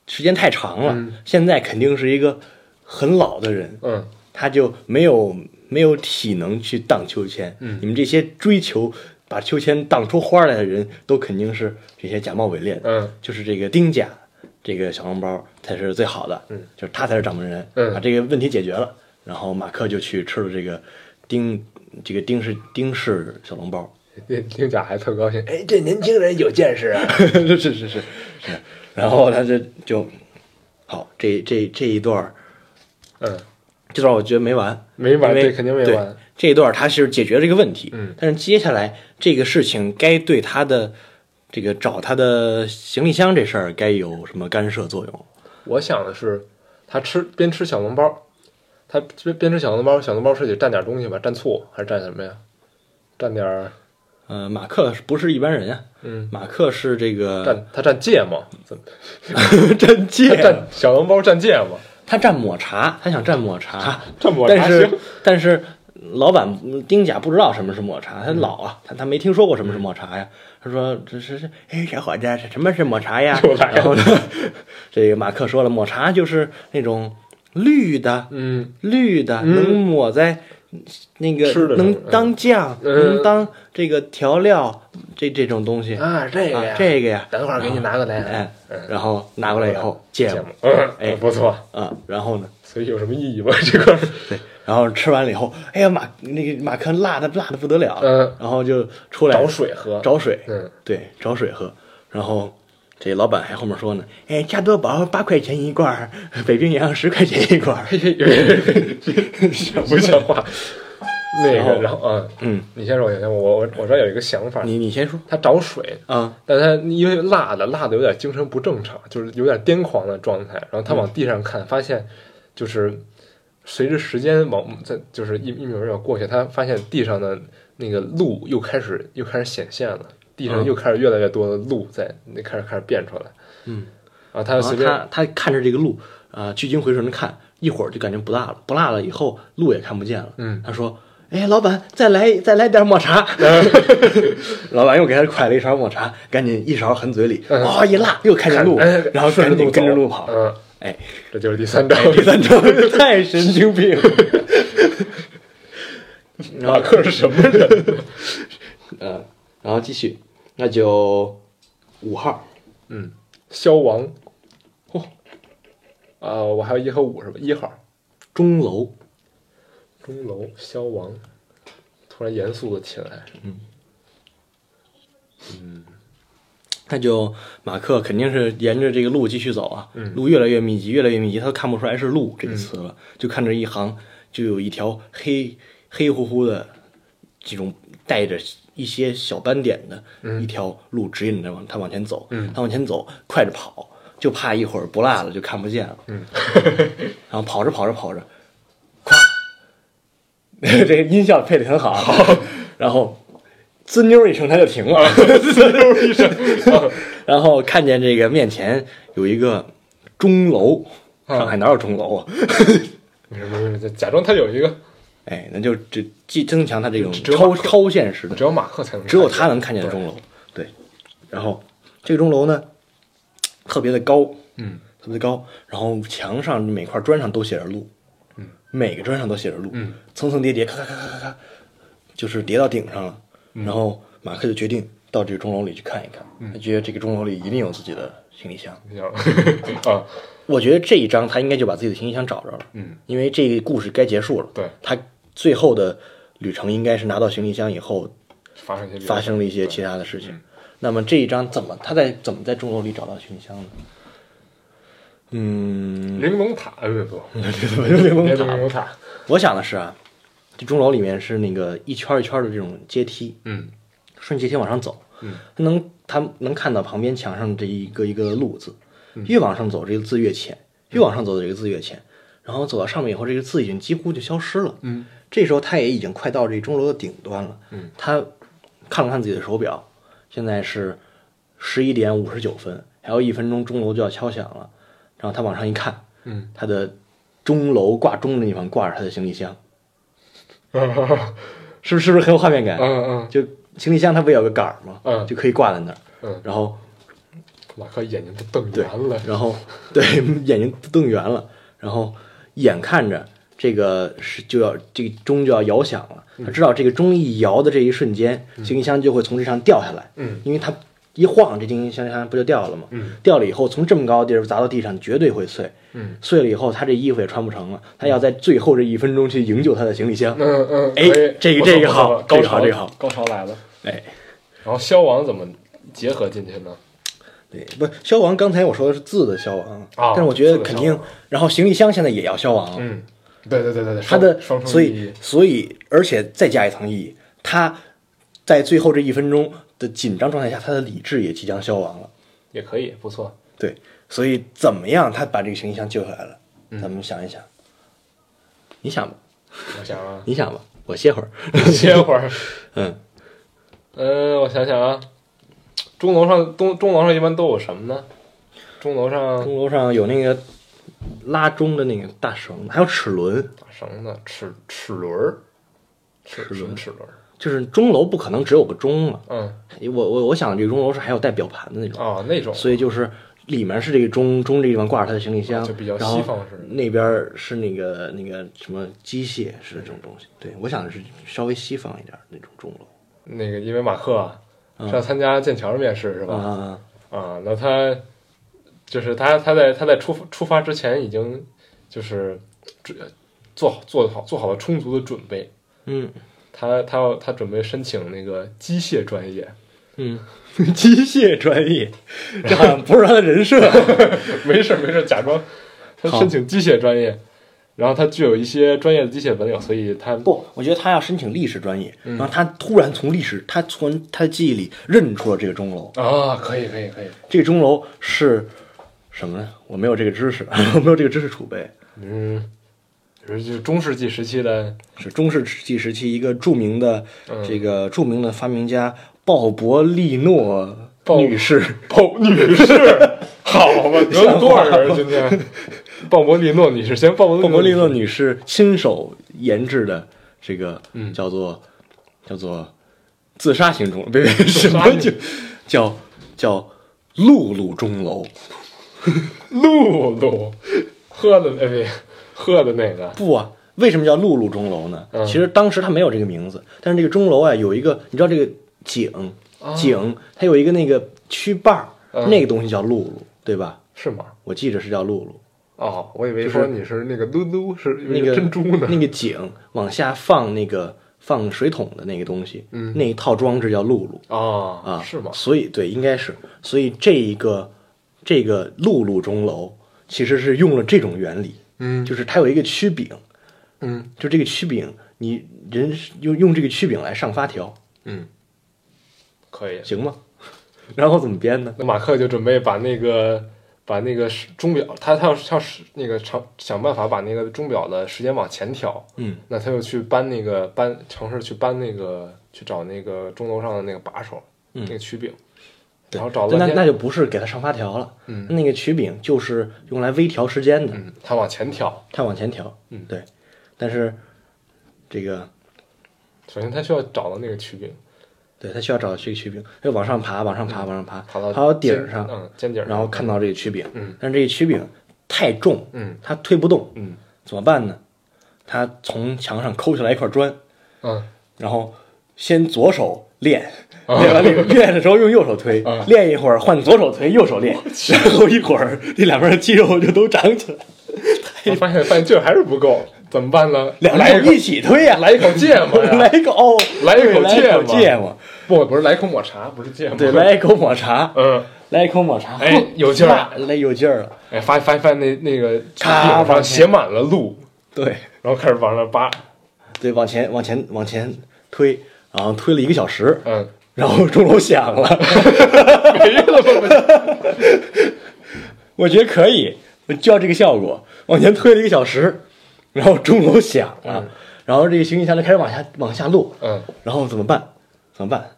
A: 时间太长了，
B: 嗯
A: 现在肯定是一个很老的人，
B: 嗯
A: 他就没有没有体能去荡秋千。
B: 嗯
A: 你们这些追求把秋千荡出花来的人，都肯定是这些假冒伪劣的，
B: 嗯
A: 就是这个丁家这个小笼包才是最好的，
B: 嗯，
A: 就是他才是掌门人，
B: 嗯
A: 把这个问题解决了，然后马克就去吃了这个丁这个丁氏丁氏小笼 包，
B: 丁丁甲还特高兴，
A: 哎，这年轻人有见识啊，是是是是，然后他就就好，这这这一段儿
B: 嗯，
A: 这段儿我觉得没完，
B: 没完，
A: 因为
B: 这肯定没完
A: 对，这一段儿他是解决了这个问题，
B: 嗯
A: 但是接下来这个事情该对他的这个找他的行李箱这事儿该有什么干涉作用？
B: 我想的是，他吃边吃小笼包，他边边吃小笼包，小笼包是得蘸点东西吧？蘸醋还是蘸什么呀？蘸点儿，
A: 呃，马克是不是一般人啊？
B: 嗯，
A: 马克是这个
B: 蘸他蘸芥末，怎 么？
A: 蘸
B: 他
A: 芥
B: 蘸小笼包蘸芥末，
A: 他蘸抹茶，他想蘸抹茶，
B: 蘸抹
A: 但
B: 茶
A: 是
B: 行。
A: 但是老板嗯丁甲不知道什么是抹茶，他老啊，他他没听说过什么是抹茶呀。他说：“这是是，哎，小伙子，什么是抹茶 呀？”
B: 又来了
A: 然后呢，这个马克说了，抹茶就是那种绿的，
B: 嗯，
A: 绿的
B: 嗯
A: 能抹在那个
B: 吃的时候
A: 能当酱，
B: 嗯
A: 能当这个调料，这这种东西啊，
B: 啊，这个呀，
A: 这个呀，
B: 等会儿给你拿过来。
A: 哎，然后拿过来以后芥
B: 芥
A: 末
B: 末，嗯，
A: 哎
B: 不错。
A: 啊，然后呢，
B: 所以有什么意义吗？ 这个，
A: 对，然后吃完了以后，哎呀马那个马克辣的辣的不得了，啊
B: 嗯，
A: 然后就出来
B: 找水喝，
A: 找水，
B: 嗯，
A: 对，找水喝，然后。这老板还后面说呢，哎，加多宝八块钱一罐儿，北冰洋十块钱一罐 儿。
B: 嘿嘿， 不像话。那个，然后啊，
A: 嗯，
B: 你先说，你先说，我我我这儿有一个想法，
A: 你你先说
B: 他找水，
A: 啊，
B: 但他因为辣的，辣的有点精神不正常，就是有点癫狂的状态。然后他往地上看，发现就是随着时间往在就是一一秒一秒过去，他发现地上的那个路又开始又开始显现了，地上
A: 嗯
B: 又开始越来越多的路在那开始开始变出来。
A: 嗯，
B: 然后他
A: 然后
B: 随便
A: 他他看着这个路啊，聚精会神的看，一会儿就感觉不辣了，不辣了以后路也看不见了。
B: 嗯
A: 他说：“哎，老板，再来再来点抹茶。”嗯 老板又给他㧟了一勺抹茶，赶紧一勺含嘴里，
B: 嗯
A: 哇、一辣又看见路，
B: 哎
A: 然后
B: 顺
A: 赶紧
B: 走
A: 跟着路跑。
B: 嗯，
A: 哎，
B: 这就是第三招。
A: 第三 招太神经病了。
B: 马克是什么人？
A: 嗯，然后继续，那就五号，
B: 嗯， 消亡。嚯、啊、我还有一和五是吧？一号。
A: 钟楼，
B: 钟楼消亡，突然严肃了起来。
A: 那就马克肯定是沿着这个路继续走啊，
B: 嗯
A: 路越来越密集，越来越密集，他都看不出来是路这个词了，就看着一行，就有一条黑黑乎乎的这种带着一些小斑点的一条路指引着往他往前走，
B: 嗯
A: 他往前走，快着跑，就怕一会儿不辣了就看不见了，
B: 嗯
A: 然后跑着跑着跑着，咵， 这个音效配的很好啊， 然后滋妞一声他就停了，滋妞一 声，然后看见这个面前有一个钟楼，上海哪有钟楼啊？
B: 没事没事没事，假装他有一个，
A: 哎，那就这既增强他这种
B: 只有马
A: 超
B: 克
A: 超现实的，
B: 只有马克才能看见，
A: 只有他能看见的钟楼。对，然后这个钟楼呢，特别的高，
B: 嗯
A: 特别的高，然后墙上每块砖上都写着路，
B: 嗯，
A: 每个砖上都写着路，
B: 嗯，
A: 层层叠叠，咔咔咔咔咔咔，就是叠到顶上了。
B: 嗯
A: 然后马克就决定到这个钟楼里去看一看，他觉得这个钟楼里一定有自己的行李箱。
B: 你想啊，
A: 我觉得这一章他应该就把自己的行李箱找着了，
B: 嗯，
A: 因为这个故事该结束了。
B: 对，
A: 他最后的旅程应该是拿到行李箱以后，
B: 发生一些
A: 发生了一些其他的事情。那么这一章怎么他在怎么在钟楼里找到行李箱呢？ 嗯，
B: 玲珑塔，哎不不，
A: 玲珑
B: 别
A: 塔
B: 玲珑塔，
A: 我想的是啊，这钟楼里面是那个一圈一圈的这种阶梯，
B: 嗯
A: 顺阶梯往上走，
B: 嗯，
A: 他能他能看到旁边墙上这一个一个路字，
B: 嗯
A: 越往上走这个字越浅，越往上走这个字越浅，然后走到上面以后，这个字已经几乎就消失了，
B: 嗯，
A: 这时候他也已经快到这钟楼的顶端了，
B: 嗯，
A: 他看了看自己的手表，现在是十一点五十九分，还有一分钟钟楼就要敲响了，然后他往上一看，
B: 嗯，
A: 他的钟楼挂钟的地方挂着他的行李 箱。是不是是不是很有画面感？
B: 嗯嗯
A: 就行李箱它不也有个杆儿吗？
B: 嗯
A: 就可以挂在那儿。
B: 嗯
A: 然后
B: 马克眼睛都瞪
A: 对
B: 圆了，，
A: 然后 对眼睛瞪圆了，然后眼看着这个是就要这个钟就要摇响了，
B: 嗯
A: 他知道这个钟一摇的这一瞬间，行李箱就会从这上掉下来，
B: 嗯，
A: 因为它一晃，这行李箱不就掉了吗？
B: 嗯，
A: 掉了以后，从这么高的地儿砸到地上，绝对会碎。
B: 嗯，
A: 碎了以后，他这衣服也穿不成了，他要在最后这一分钟去营救他的行李箱。
B: 嗯嗯，
A: 哎
B: 可以
A: 这个
B: 不错
A: 这个
B: 不错
A: 好
B: 高
A: 这个好
B: 潮
A: 这个好
B: 高潮来了。
A: 哎，
B: 然后消亡怎么结合进去呢？
A: 对，不，消亡。刚才我说的是字的消亡，
B: 啊
A: 但是我觉得
B: 字的
A: 肯
B: 消
A: 定
B: 亡，
A: 然后行李箱现在也要消亡，
B: 嗯，对对对对对，
A: 它的
B: 双双重
A: 所
B: 意
A: 以
B: 义
A: 所以而且再加一层意义，他在最后这一分钟的紧张状态下，他的理智也即将消亡了。
B: 也可以，不错。
A: 对，所以怎么样他把这个行李箱救回来了？
B: 嗯
A: 咱们想一想，你想吧，
B: 我想啊，
A: 你想吧，我歇 会儿。
B: 歇会儿。
A: 嗯，
B: 嗯，我想想啊，钟楼上钟钟楼上一般都有什么呢？钟楼 上
A: 钟楼上有那个拉钟的那个大绳，还有齿轮。
B: 打绳子、齿齿轮儿、齿
A: 齿轮
B: 什么齿轮儿？
A: 就是钟楼不可能只有个钟啊，
B: 嗯，
A: 我我我想的这个钟楼是还有带表盘的那种。
B: 哦，那种
A: 所以就是里面是这个钟钟这地方挂着他的行李箱，
B: 哦就比较
A: 然后
B: 西方式
A: 那边是那个那个什么机械式的这种东西。对，我想的是稍微西方一点的那种钟楼
B: 那个，因为马克啊
A: 嗯
B: 是要参加剑桥的面试是吧？
A: 啊，
B: 啊，那他就是他他在他在出出发之前已经就是准做好做好做好了充足的准备，
A: 嗯
B: 他他要他准备申请那个机械专业，
A: 嗯，机械专业，这好像不是他的人 设。
B: 没事儿没事儿，假装他
A: 好
B: 申请机械专业，然后他具有一些专业的机械本领，所以他
A: 不，我觉得他要申请历史专业，
B: 嗯
A: 然后他突然从历史，他从他的记忆里认出了这个钟楼，
B: 啊，可以可以可以，
A: 这个钟楼是什么呢？我没有这个知识， 我没有这个知识储备。
B: 嗯，就是就是中世纪时期的
A: 是中世纪时期一个著名的
B: 嗯
A: 这个著名的发明家鲍勃利诺女士，
B: 鲍女士，好吧，得罪多少人儿今天？鲍勃利诺女士，先鲍勃
A: 鲍勃利
B: 利
A: 诺女士亲手研制的这个
B: 嗯
A: 叫做叫做自杀型钟，别别什
B: 杀
A: 么
B: 型
A: 就叫叫露露钟楼，
B: 露露，喝的那位，喝的那个，
A: 不啊。为什么叫露露钟楼呢？
B: 嗯
A: 其实当时它没有这个名字，但是这个钟楼啊有一个，你知道这个井井，它有一个那个曲把儿，
B: 哦嗯
A: 那个东西叫露露，对吧？
B: 是吗？
A: 我记着是叫露露，
B: 哦，我以为
A: 就是
B: 说你是那个噜噜，是
A: 那个
B: 珍珠呢。
A: 那个井往下放那个放水桶的那个东西，
B: 嗯
A: 那一套装置叫露露
B: 哦，
A: 啊，
B: 是吗？
A: 所以对，应该是，所以这一个这个露露钟楼其实是用了这种原理，
B: 嗯
A: 就是它有一个曲柄，
B: 嗯
A: 就这个曲柄，你人是用用这个曲柄来上发条，
B: 嗯，可以。
A: 行吗？ 然后怎么编呢？
B: 那马克就准备把那个把那个时钟表，他他要是要是那个长想办法把那个钟表的时间往前调，
A: 嗯，
B: 那他就去搬那个搬尝试去搬那个去找那个钟楼上的那个把手，
A: 嗯
B: 那个曲柄，
A: 对
B: 然后找了
A: 那
B: 半
A: 那
B: 天，
A: 就不是给它上发条了，
B: 嗯
A: 那个曲柄就是用来微调时间的，
B: 嗯，他往前调，
A: 它往前调，
B: 嗯
A: 对，但是这个
B: 首先他需要找到那个曲柄，
A: 对，它需要找这个曲饼，它就往上爬，往上爬，往上爬，
B: 嗯爬到
A: 爬到顶
B: 尖
A: 上，
B: 嗯，尖顶儿，
A: 然后看到这个曲饼，
B: 嗯
A: 但是这个曲饼太重，
B: 嗯
A: 它推不动，
B: 嗯
A: 怎么办呢？他从墙上抠下来一块砖，
B: 嗯
A: 然后先左手练，
B: 啊
A: 练完了练的时候用右手推
B: 啊，
A: 练一会儿换左手推，右手练，然后一会儿这两边的肌肉就都长起来，
B: 我发现发现劲儿还是不够，怎么办呢？
A: 两
B: 来一
A: 手
B: 口
A: 一起推呀，
B: 来一口芥末呀，
A: 来一口哦，
B: 来一
A: 对
B: 口
A: 来一口
B: 芥
A: 芥末，
B: 不不是来一口抹茶，不是芥末，
A: 对，来一口抹茶，
B: 嗯，
A: 来一口抹茶，
B: 哎有劲儿了
A: 哇来有劲儿了，
B: 哎发发发现那那个
A: 咔
B: 顶上写满了路，
A: 对
B: 然后开始往那扒，
A: 对，往前往前往前推，然后推了一个小时，
B: 嗯，
A: 然后钟楼响 了。
B: 没了，
A: 我觉得可以，我就要这个效果。往前推了一个小时，然后钟楼响了，然后这个行李箱就开始往下往下落，
B: 嗯
A: 然后怎么办？怎么办？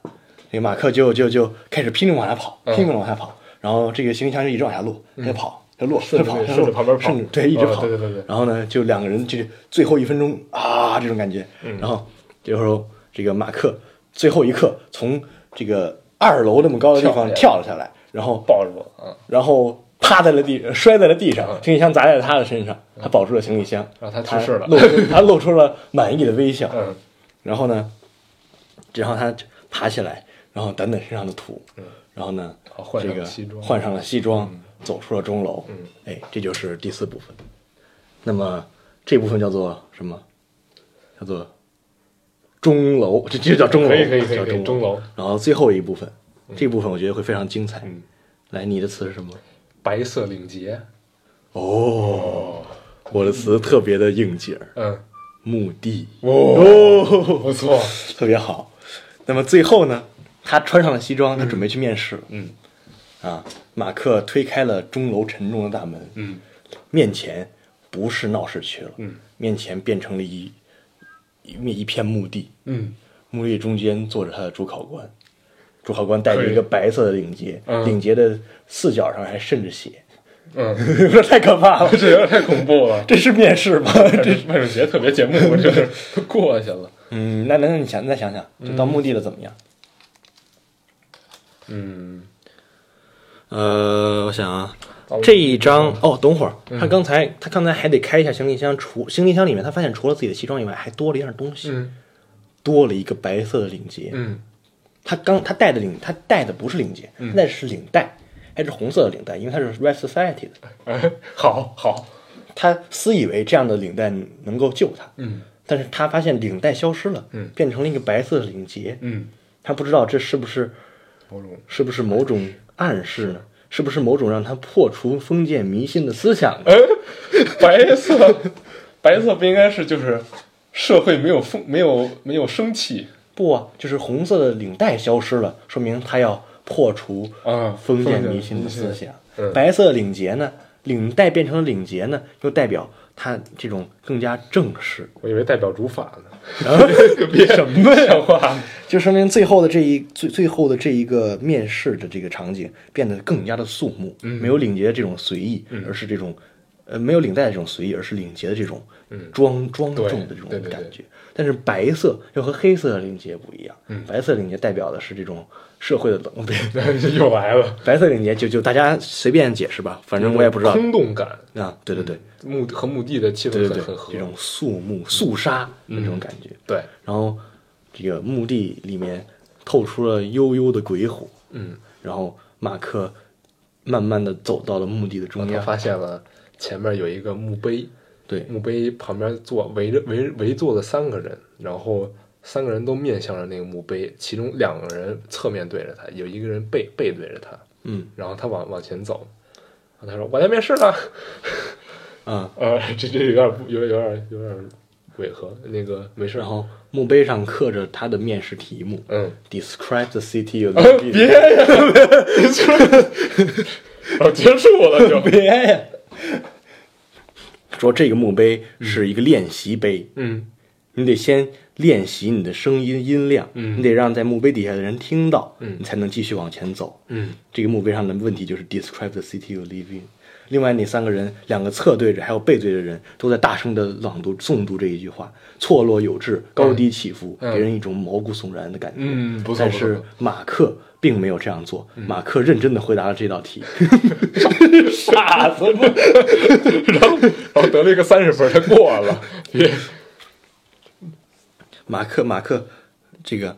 A: 这个马克就就就开始拼命往下跑，
B: 嗯
A: 拼命往下跑，然后这个行李箱就一直往下落，就跑，就落，
B: 顺
A: 就
B: 着
A: 跑，
B: 顺着旁边跑
A: 顺着对，一直
B: 啊
A: 跑，
B: 对对对对
A: 然后呢，就两个人就是最后一分钟啊，这种感觉。
B: 嗯
A: 然后这时候这个马克最后一刻从这个二楼那么高的地方跳了下来，然后
B: 抱着我，嗯，
A: 然后趴在了地，摔在了地上，行李箱砸在了他的身上，他保住了行李箱，
B: 然后他去世了
A: 露出他露出了满意的微 笑，
B: 嗯
A: 然后呢，然后他爬起来，然后掸掸身上的土，然后呢
B: 好，嗯换
A: 这
B: 上
A: 个
B: 西装嗯
A: 换上了西装，走出了钟楼，哎，这就是第四部分。那么这部分叫做什么？叫做钟楼，这这叫钟楼，
B: 可以可以可以
A: 叫
B: 可以
A: 钟
B: 钟楼。嗯
A: 然后最后一部分，这部分我觉得会非常精彩。来，你的词是什么？
B: 白色领结，
A: 哦，我的词特别的应景儿，
B: 嗯，
A: 墓地
B: 哦，不错，
A: 特别好。那么最后呢，他穿上了西装，他准备去面试了。
B: 嗯，
A: 啊，马克推开了钟楼沉重的大门，
B: 嗯，
A: 面前不是闹市区了，
B: 嗯，
A: 面前变成了一一面一片墓地，
B: 嗯
A: 墓地中间坐着他的主考官，主考官戴着
B: 可以
A: 一个白色的领结，
B: 嗯
A: 领结的四角上还渗着血，
B: 嗯，
A: 有点太可怕了。
B: 这有点太恐怖了。
A: 这是面试吗？
B: 这万圣节特别节目，我这是过去了。
A: 嗯，那那那你想，再想想，就到墓地了怎么样？
B: 嗯，
A: 呃，我想啊，这一张哦，等会儿
B: 嗯
A: 他刚才他刚才还得开一下行李箱，除行李箱里面他发现除了自己的西装以外，还多了一样东西，
B: 嗯
A: 多了一个白色的领结。
B: 嗯
A: 他刚他戴的领他戴的不是领结，那是领带，还是红色的领带，因为他是 Red Society 的。
B: 哎，好好，
A: 他私以为这样的领带能够救他，
B: 嗯
A: 但是他发现领带消失了，
B: 嗯
A: 变成了一个白色的领结。
B: 嗯，
A: 他不知道这是不是
B: 某种
A: 是不是某种暗示呢？是不是某种让他破除封建迷信的思想呢？
B: 哎，白色，白色不应该是就是社会没有风没有没有生气
A: 不啊，就是红色的领带消失了，说明他要破除
B: 啊
A: 封建迷信的思想。
B: 嗯
A: 白色领结呢，领带变成了领结呢，又代表他这种更加正式，
B: 我以为代表主法呢，
A: 别什么呀？
B: 像话。
A: 就说明最后的这一最最后的这一个面试的这个场景变得更加的肃穆，没有领结的这种随意，而是这种呃没有领带的这种随意，而是领结的这种庄庄重的这种
B: 对对对
A: 感觉。但是白色又和黑色的领结不一样，白色领结代表的是这种社会的冷冰，
B: 又来了，
A: 白色领结就就大家随便解释吧，反正我也不知道
B: 空洞感，
A: 啊。对对对
B: 墓和墓地的气
A: 对嗯
B: 氛
A: 对对
B: 很很，合
A: 这。种肃穆肃杀的这种感觉。
B: 对，
A: 然后这个墓地里面透出了悠悠的鬼火，
B: 嗯，
A: 然后马克慢慢的走到了墓地的中
B: 然后
A: 央
B: 他，发现了前面有一个墓碑，
A: 对，
B: 墓碑旁边坐围着围围坐了三个人，然后三个人都面向着那个墓碑，其中两个人侧面对着他，有一个人背背对着他，
A: 嗯
B: 然后他往往前走，然后他说我来面试了，
A: 啊，
B: 呃，这这有点不有有点有点违和，那个没事，
A: 然后墓碑上刻着他的面试题目
B: 嗯，
A: ，Describe the city you live in，
B: 别呀， 别出来，哦，结束了 就，
A: 别呀，说这个墓碑是一个练习碑，
B: 嗯
A: 你得先练习你的声音音量，
B: 嗯
A: 你得让在墓碑底下的人听到，你才能继续往前走。
B: 嗯
A: 这个墓碑上的问题就是 describe the city you live in。另外那三个人，两个侧对着，还有背对着人，都在大声的朗读诵读这一句话，错落有致，高低起伏，
B: 嗯
A: 给人一种毛骨悚然的感觉。
B: 嗯，不错
A: 但
B: 不错嗯
A: 是马克并没有这样做，马克认真的回答了这道题，
B: 傻子吗？ 然后然后得了一个三十分，他过了，别
A: 马克马克这个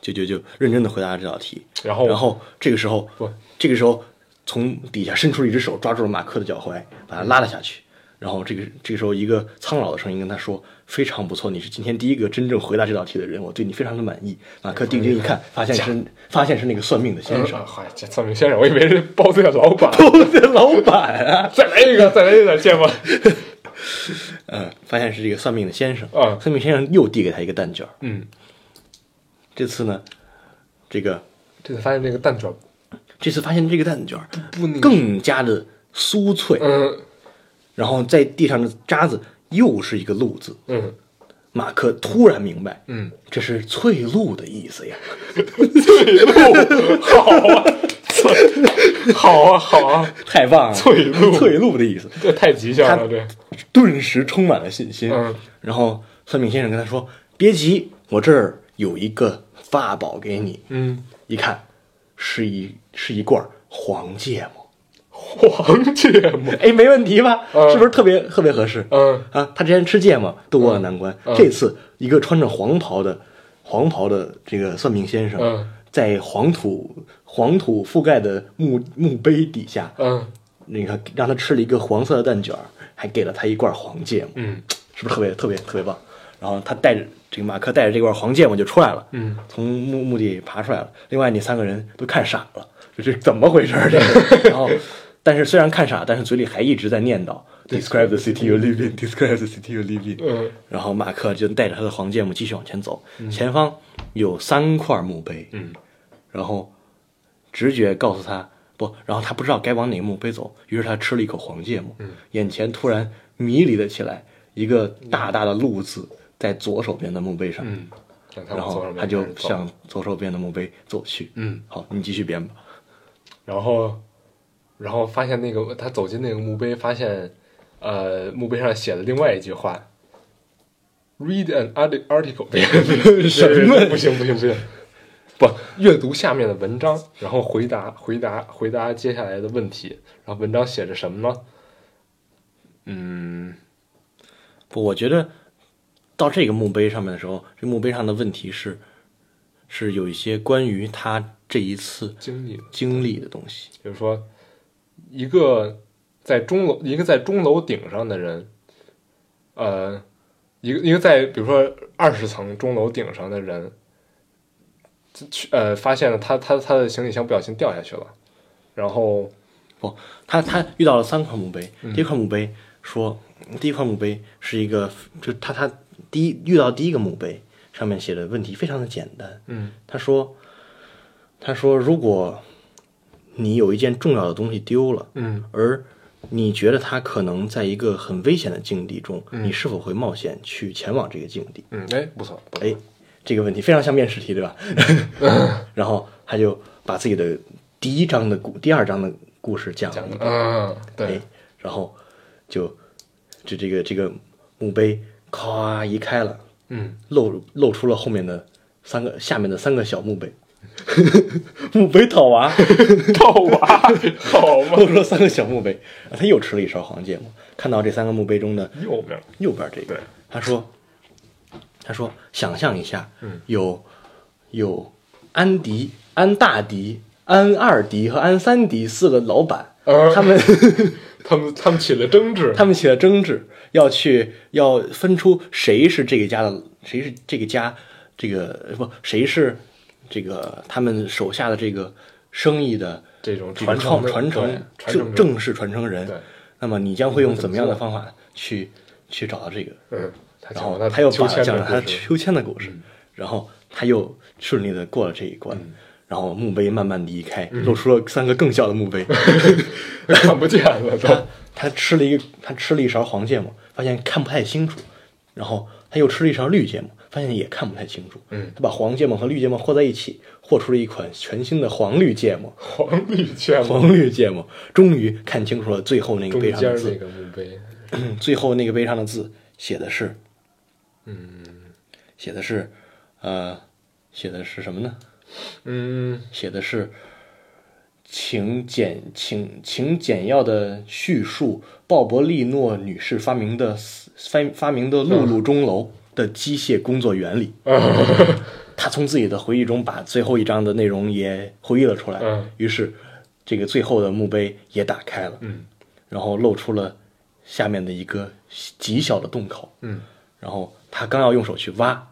A: 就就就认真的回答了这道题，
B: 然后
A: 然后这个时候
B: 不
A: 这个时候从底下伸出一只手抓住了马克的脚踝，把他拉了下去。然后这个这个时候一个苍老的声音跟他说：“非常不错，你是今天第一个真正回答这道题的人，我对你非常的满意。”马克定睛一看，发现是发现是那个算命的先 生，
B: 嗯嗨，这算命先生，我以为是包子的老板。
A: 我的老板啊！
B: 再来一个，再来一个，见吧。
A: 嗯，发现是这个算命的先生。
B: 嗯
A: 算命先生又递给他一个蛋卷儿。
B: 嗯，
A: 这次呢，这个
B: 这次发现这个蛋卷，
A: 这次发现这个蛋卷儿
B: 不那个
A: 更加的酥脆，
B: 嗯
A: 然后在地上的渣子又是一个“露”字。
B: 嗯
A: 马克突然明白，
B: 嗯，
A: 这是翠露的意思呀。
B: 翠露，好 啊，翠好啊好啊，
A: 太棒了，
B: 翠 露
A: 翠露的意思，
B: 这太吉祥了，这
A: 顿时充满了信心。
B: 嗯
A: 然后算命先生跟他说：“别急，我这儿有一个法宝给你。”
B: 嗯，
A: 一看，是一是一罐黄芥末。
B: 黄芥末，
A: 哎，没问题吧？
B: 嗯
A: 是不是特别特别合适？
B: 嗯
A: 啊，他之前吃芥末渡过了难关，
B: 嗯
A: 这次一个穿着黄袍的黄袍的这个算命先生，
B: 嗯
A: 在黄土黄土覆盖的墓墓碑底下，
B: 嗯
A: 那个让他吃了一个黄色的蛋卷儿，还给了他一罐黄芥末，
B: 嗯
A: 是不是特别特别特别棒？然后他带着这个马克带着这罐黄芥末就出来了，
B: 嗯，
A: 从墓墓地爬出来了。另外那三个人都看傻了，这这怎么回事儿？这个，然后但是虽然看傻，但是嘴里还一直在念叨 “Describe the city you live in, describe the city you live in”。
B: 嗯
A: 然后马克就带着他的黄芥末继续往前走，前方有三块墓碑，
B: 嗯，
A: 然后直觉告诉他不，然后他不知道该往哪个墓碑走，于是他吃了一口黄芥末，嗯，眼前突然迷离了起来，一个大大的“路”字在左手边的墓碑上，
B: 嗯，让他
A: 然
B: 往左
A: 后
B: 上面
A: 他
B: 开
A: 就
B: 始走
A: 向左手边的墓碑走去。
B: 嗯，
A: 好，你继续编吧。
B: 然后，然后发现那个他走进那个墓碑，发现，呃，墓碑上写了另外一句话：“Read an arti- article 别。别”
A: 什么
B: 别不行不行不行， 不阅读下面的文章，然后回答回答回答接下来的问题。然后文章写着什么呢？嗯，
A: 不，我觉得到这个墓碑上面的时候，这墓碑上的问题是是有一些关于他这一次
B: 经历，
A: 经历的东西。
B: 比如说一个在钟楼，一个在钟楼顶上的人，呃，一个一个在比如说二十层钟楼顶上的人，去呃发现了他他他的行李箱不小心掉下去了，然后
A: 不，他他遇到了三块墓碑，第一块墓碑说，第一块墓碑是一个，就他他第一遇到第一个墓碑，上面写的问题非常的简单，
B: 嗯
A: 他说，他说如果你有一件重要的东西丢了，
B: 嗯
A: 而你觉得它可能在一个很危险的境地中，你是否会冒险去前往这个境地？
B: 嗯，哎，不错，
A: 哎，这个问题非常像面试题，对吧？ 然后他就把自己的第一章的故、第二章的故事讲了一遍。
B: 嗯，
A: 哎
B: 对，，
A: 然后就就这个这个墓碑咔移开了，
B: 嗯，
A: 露露出了后面的三个下面的三个小墓碑， 墓碑套 娃
B: 套娃啊 好吗？
A: 露出了三个小墓碑，啊他又吃了一勺黄芥末，看到这三个墓碑中的
B: 右边，
A: 右边这
B: 对
A: 个，他说他说想象一下，
B: 嗯
A: 有有安迪、安大迪、安二迪和安三迪四个老板，
B: 呃
A: 他们。
B: 他们他们起了争执，
A: 他们起了争执，要去要分出谁是这个家的，谁是这个家这个呃不谁是这个他们手下的这个生意的
B: 这种
A: 这
B: 传
A: 个
B: 承
A: 创
B: 的
A: 传
B: 对
A: 承
B: 传承
A: 正正式传承人
B: 对。
A: 那么你将会用怎么样的方法去去找到这个？
B: 嗯，他
A: 然
B: 讲
A: 后
B: 了
A: 又
B: 秋
A: 把
B: 千
A: 讲
B: 的
A: 了他
B: 故事，嗯
A: 秋千的故事，然后他又顺利的过了这一关。然后墓碑慢慢地移开，
B: 嗯
A: 露出了三个更小的墓 碑。
B: 看不见了都。
A: 他他吃了一个他吃了一勺黄芥末，发现看不太清楚，然后他又吃了一勺绿芥末，发现也看不太清楚。
B: 嗯，
A: 他把黄芥末和绿芥末和在一起，和出了一款全新的黄绿芥末。
B: 黄绿芥末，
A: 黄绿芥末终于看清楚了最后那个
B: 中
A: 碑上
B: 间
A: 的
B: 儿
A: 字
B: 那。个墓碑，
A: 最后那个碑上的字写的是，
B: 嗯
A: 写的是，呃，写的是什么呢？
B: 嗯，
A: 写的是，请简请请简要的叙述鲍勃利诺女士发明的发发明的露露钟楼的机械工作原理。
B: 嗯
A: 他从自己的回忆中把最后一章的内容也回忆了出来，
B: 嗯
A: 于是这个最后的墓碑也打开了，
B: 嗯
A: 然后露出了下面的一个极小的洞口。
B: 嗯
A: 然后他刚要用手去挖，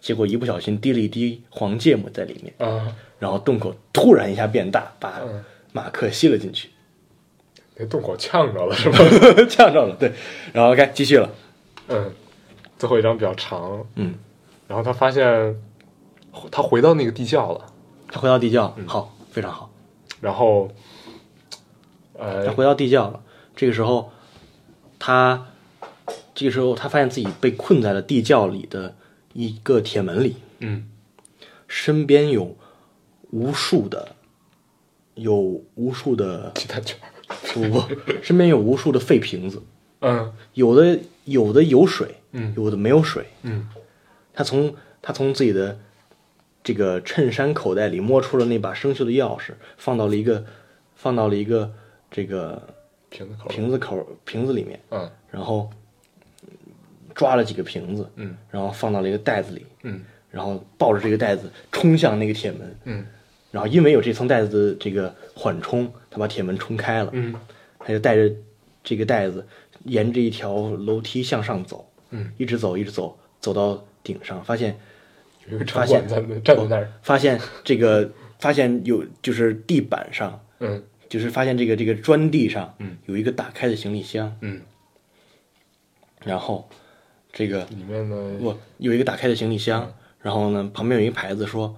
A: 结果一不小心滴了一滴黄芥末在里面，
B: 啊，
A: 然后洞口突然一下变大，把
B: 嗯
A: 马克吸了进去，
B: 那洞口呛着了是吧？
A: 呛着了。对，然后该继续了。
B: 嗯，最后一张比较长，
A: 嗯，
B: 然后他发现他回到那个地窖了，
A: 他回到地窖，
B: 嗯
A: 好，非常好。
B: 然后
A: 他
B: 呃
A: 回到地窖了。这个时候，他这个时候他发现自己被困在了地窖里的一个铁门里，
B: 嗯
A: 身边有无数的有无数的
B: 鸡蛋卷儿，
A: 不不， 身边有无数的废瓶子。
B: 嗯
A: 有的有的有水，
B: 嗯
A: 有的没有水。
B: 嗯
A: 他从他从自己的这个衬衫口袋里摸出了那把生锈的钥匙，放到了一个放到了一个这个
B: 瓶子口，
A: 瓶子口瓶子里面，
B: 嗯
A: 然后抓了几个瓶子，
B: 嗯
A: 然后放到了一个袋子里，
B: 嗯
A: 然后抱着这个袋子冲向那个铁门，
B: 嗯
A: 然后因为有这层袋子的这个缓冲，他把铁门冲开了，
B: 嗯
A: 他就带着这个袋子，沿着一条楼梯向上走，
B: 嗯，
A: 一直走，一直走，走到顶上，发现
B: 有一个
A: 发
B: 城
A: 现
B: 管在那站在那儿，
A: 发现这个发现有就是地板上，
B: 嗯
A: 就是发现这个这个砖地上，
B: 嗯，
A: 有一个打开的行李箱，
B: 嗯，
A: 然后这个
B: 里面呢，
A: 我有一个打开的行李箱，
B: 嗯
A: 然后呢，旁边有一个牌子说，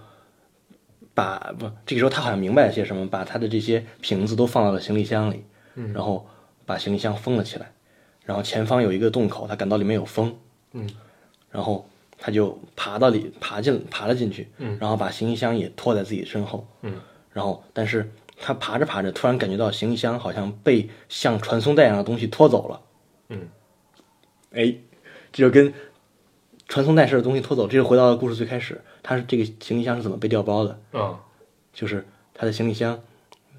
A: 把不，这个时候他好像明白了些什么，把他的这些瓶子都放到了行李箱里，
B: 嗯
A: 然后把行李箱封了起来，然后前方有一个洞口，他感到里面有风，
B: 嗯
A: 然后他就爬到里爬进爬了进去，
B: 嗯
A: 然后把行李箱也拖在自己身后，
B: 嗯
A: 然后但是他爬着爬着，突然感觉到行李箱好像被像传送带一样的东西拖走了。
B: 嗯
A: 哎，这就跟传送带式的东西拖走，这就回到了故事最开始，他是这个行李箱是怎么被调包的？
B: 啊
A: 就是他的行李箱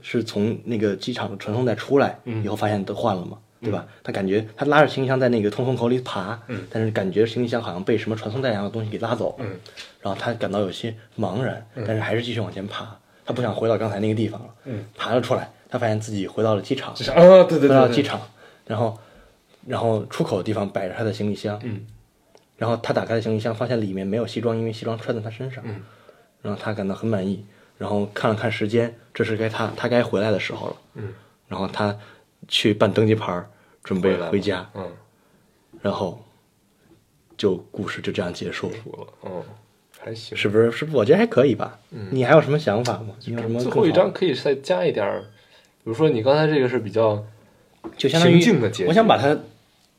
A: 是从那个机场的传送带出来、
B: 嗯
A: 以后，发现都换了嘛，对吧？他感觉他拉着行李箱在那个通风口里爬，
B: 嗯
A: 但是感觉行李箱好像被什么传送带一样的东西给拉走，
B: 嗯
A: 然后他感到有些茫然，但是还是继续往前爬，他不想回到刚才那个地方了，
B: 嗯
A: 爬了出来，他发现自己回到了机场，
B: 就是啊对对
A: 回到
B: 对
A: 了
B: 对
A: 机场，然后然后出口的地方摆着他的行李箱，
B: 嗯
A: 然后他打开了行李箱，发现里面没有西装，因为西装穿在他身上。
B: 嗯
A: 然后他感到很满意，然后看了看时间，这是该他他该回来的时候了。
B: 嗯
A: 然后他去办登机牌儿，准备
B: 回来了
A: 回家，
B: 嗯
A: 然后就故事就这样结束了。
B: 补了嗯还行。
A: 是不是？是不是？我觉得还可以吧。你还有什么想法吗？你有什么
B: 嗯最
A: 更
B: 后一
A: 好
B: 张可以再加一点儿，比如说你刚才这个是比较
A: 就相当于
B: 行进的结局
A: 我想把它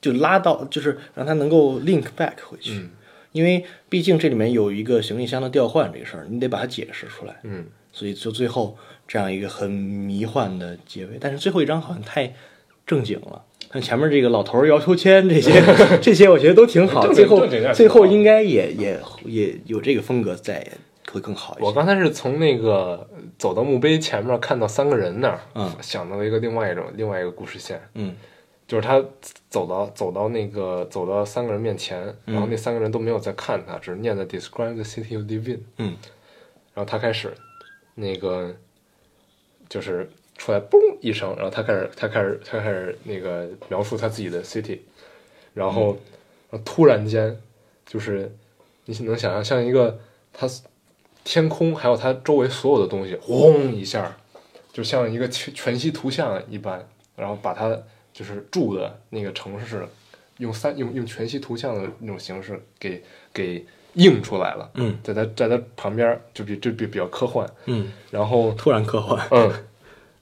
A: 就拉到，就是让它能够 link back 回去，
B: 嗯
A: 因为毕竟这里面有一个行李箱的调换这个事儿，你得把它解释出来，
B: 嗯
A: 所以就最后这样一个很迷幻的结尾。但是最后一章好像太正经了。像前面这个老头儿摇秋千 这些，这些我觉得都挺好。
B: 正
A: 最
B: 经
A: 后
B: 正经点儿挺好
A: 最后应该也也也有这个风格在，会更好一
B: 我
A: 些。
B: 刚才是从那个走到墓碑前面看到三个人那儿，
A: 嗯
B: 想到了一个另外一种另外一个故事线，
A: 嗯
B: 就是他走到走到那个走到三个人面前，然后那三个人都没有在看他，只是念的 “Describe the city you live in”，
A: 嗯
B: 然后他开始那个就是出来嘣一声，然后他开始他开始他开始那个描述他自己的 city，然后、然后突然间就是你能想象像一个他天空还有他周围所有的东西轰一下，就像一个全全息图像一般，然后把他就是住的那个城市用三用用全息图像的那种形式给给映出来了。
A: 嗯
B: 在他在他旁边儿就比就比比较科幻，
A: 嗯，
B: 然后
A: 突然科幻。
B: 嗯，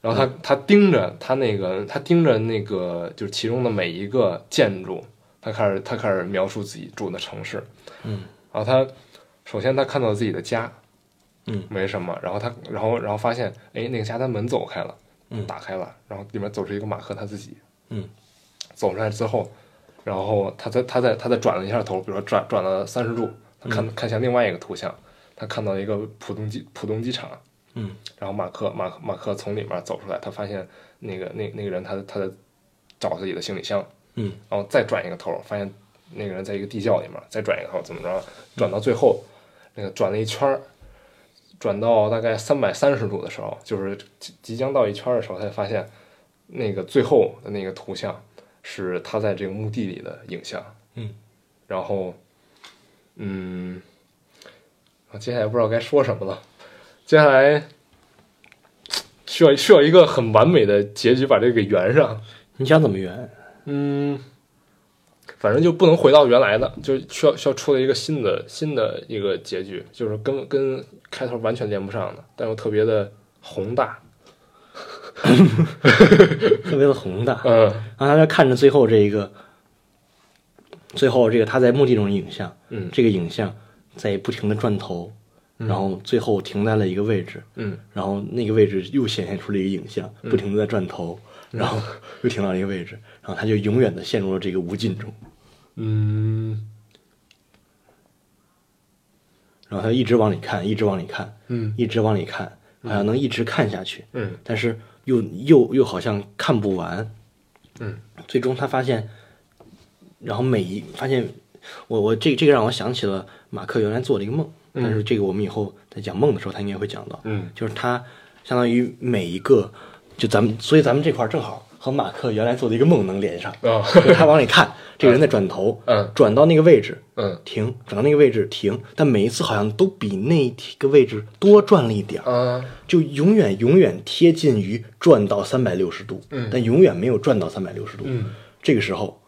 B: 然后他他盯着他那个他盯着那个就是其中的每一个建筑，他开始他开始描述自己住的城市，
A: 嗯
B: 然后他首先他看到自己的家，
A: 嗯，
B: 没什么，然后他然后然后发现，哎，那个家他门走开了，
A: 嗯
B: 打开了，然后里面走出一个马克他自己，
A: 嗯，
B: 走出来之后，然后他再他再他再转了一下头，比如说转转了三十度，他看、看向另外一个图像，他看到一个浦东机浦东机场，
A: 嗯，
B: 然后马克马克马克从里面走出来，他发现那个那那个人他他在找自己的行李箱，
A: 嗯，
B: 然后再转一个头，发现那个人在一个地窖里面，再转一个头，怎么着，转到最后，那个转了一圈儿，转到大概三百三十度的时候，就是即即将到一圈儿的时候，才发现那个最后的那个图像是他在这个墓地里的影像，
A: 嗯，
B: 然后，嗯，我接下来不知道该说什么了，接下来。需要需要一个很完美的结局把这个给圆上，
A: 你想怎么圆？
B: 嗯，反正就不能回到原来的，就需要需要出了一个新的新的一个结局，就是跟跟开头完全连不上的，但又特别的宏大。
A: 特别的宏大。
B: 嗯
A: 然后他就看着最后这一个，最后这个他在墓地中的影像，
B: 嗯
A: 这个影像在不停的转头，然后最后停在了一个位置，
B: 嗯
A: 然后那个位置又显现出了一个影像，不停的在转头，然后
B: 嗯
A: 又停到了一个位置，然后他就永远的陷入了这个无尽中，
B: 嗯
A: 然后他一直往里看，一直往里看，
B: 嗯
A: 一直往里看，好像能一直看下去，
B: 嗯
A: 但是又又又好像看不完，
B: 嗯，
A: 最终他发现，然后每一发现，我我这这个让我想起了马克原来做的一个梦，
B: 嗯
A: 但是这个我们以后在讲梦的时候，他应该会讲到，
B: 嗯
A: 就是他相当于每一个，就咱们所以咱们这块儿正好和马克原来做的一个梦能连上，
B: 啊
A: 就是他往里看，这个人在转头，
B: 嗯
A: 转到那个位置。
B: 嗯
A: 停，转到那个位置停，但每一次好像都比那个位置多转了一点儿。
B: 啊
A: 就永远永远贴近于转到三百六十度，
B: 嗯
A: 但永远没有转到三百六十度。
B: 嗯，
A: 这个时候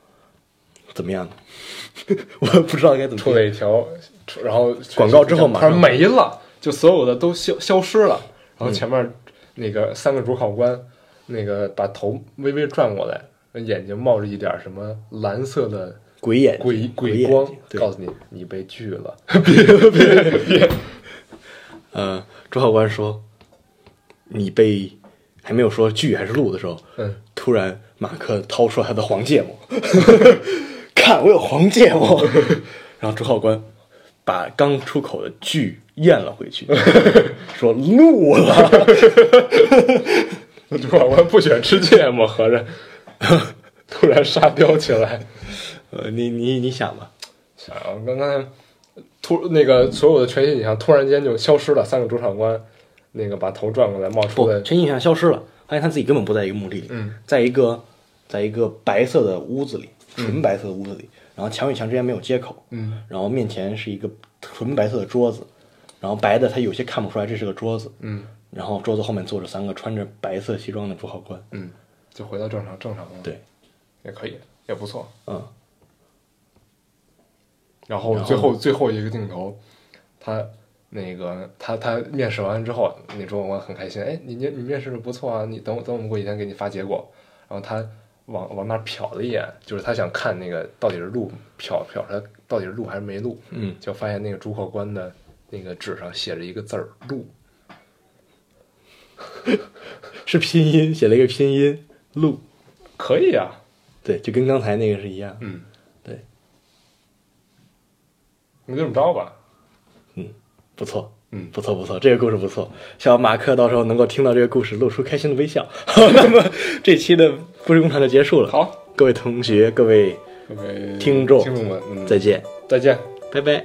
A: 怎么样呢？ 我也不知道该怎么
B: 出
A: 说。
B: 了一条，出然后
A: 广告之后马
B: 突然
A: 上
B: 没了，就所有的都消消失了。
A: 嗯
B: 然后前面那个三个主考官，那个把头微微转过来，眼睛冒着一点什么蓝色的
A: 鬼眼睛
B: 鬼
A: 鬼
B: 鬼
A: 眼
B: 光
A: 睛，对，
B: 告诉你你被拒 了。
A: 呃，周考官说你被还没有说剧还是录的时候，
B: 嗯，
A: 突然马克掏出了他的黄芥末， 看我有黄芥末，然后周考官把刚出口的剧咽了回去，说录了。
B: 主考官不喜欢吃芥末，合着 突然沙雕起来。
A: 呃，你你你想吧，
B: 想刚才突那个所有的全息影像突然间就消失了，三个主考官那个把头转过来冒出
A: 不
B: 来，，
A: 全印象消失了，发现他自己根本不在一个墓地里，
B: 嗯，
A: 在一个在一个白色的屋子里，纯白色的屋子里，然后墙与墙之间没有接口，
B: 嗯，
A: 然后面前是一个纯白色的桌子，然后白的他有些看不出来这是个桌子，
B: 嗯，
A: 然后桌子后面坐着三个穿着白色西装的主考官，
B: 嗯，就回到正常正常了，
A: 对，
B: 也可以，也不错。
A: 嗯，
B: 然后
A: 然后
B: 最后最后一个镜头，他那个他他面试完之后，那主管官很开心，哎，你你你面试的不错啊，你等我等我们过几天给你发结果。然后他往往那儿瞟了一眼，就是他想看那个到底是录瞟瞟他到底是录还是没录，
A: 嗯，
B: 就发现那个主考官的那个纸上写着一个字儿“录
A: 是拼音写了一个拼音录，”，
B: 可以啊，
A: 对，就跟刚才那个是一样，
B: 嗯，
A: 对，
B: 你就这么着吧，
A: 嗯，不错。
B: 嗯，
A: 不错不错，这个故事不错，希望马克到时候能够听到这个故事，露出开心的微笑。 那么这期的故事工厂就结束了，，
B: 好，
A: 各位同学，各位
B: 各位
A: 听众
B: 听众们，嗯，
A: 再见，
B: 再见。
A: 拜拜。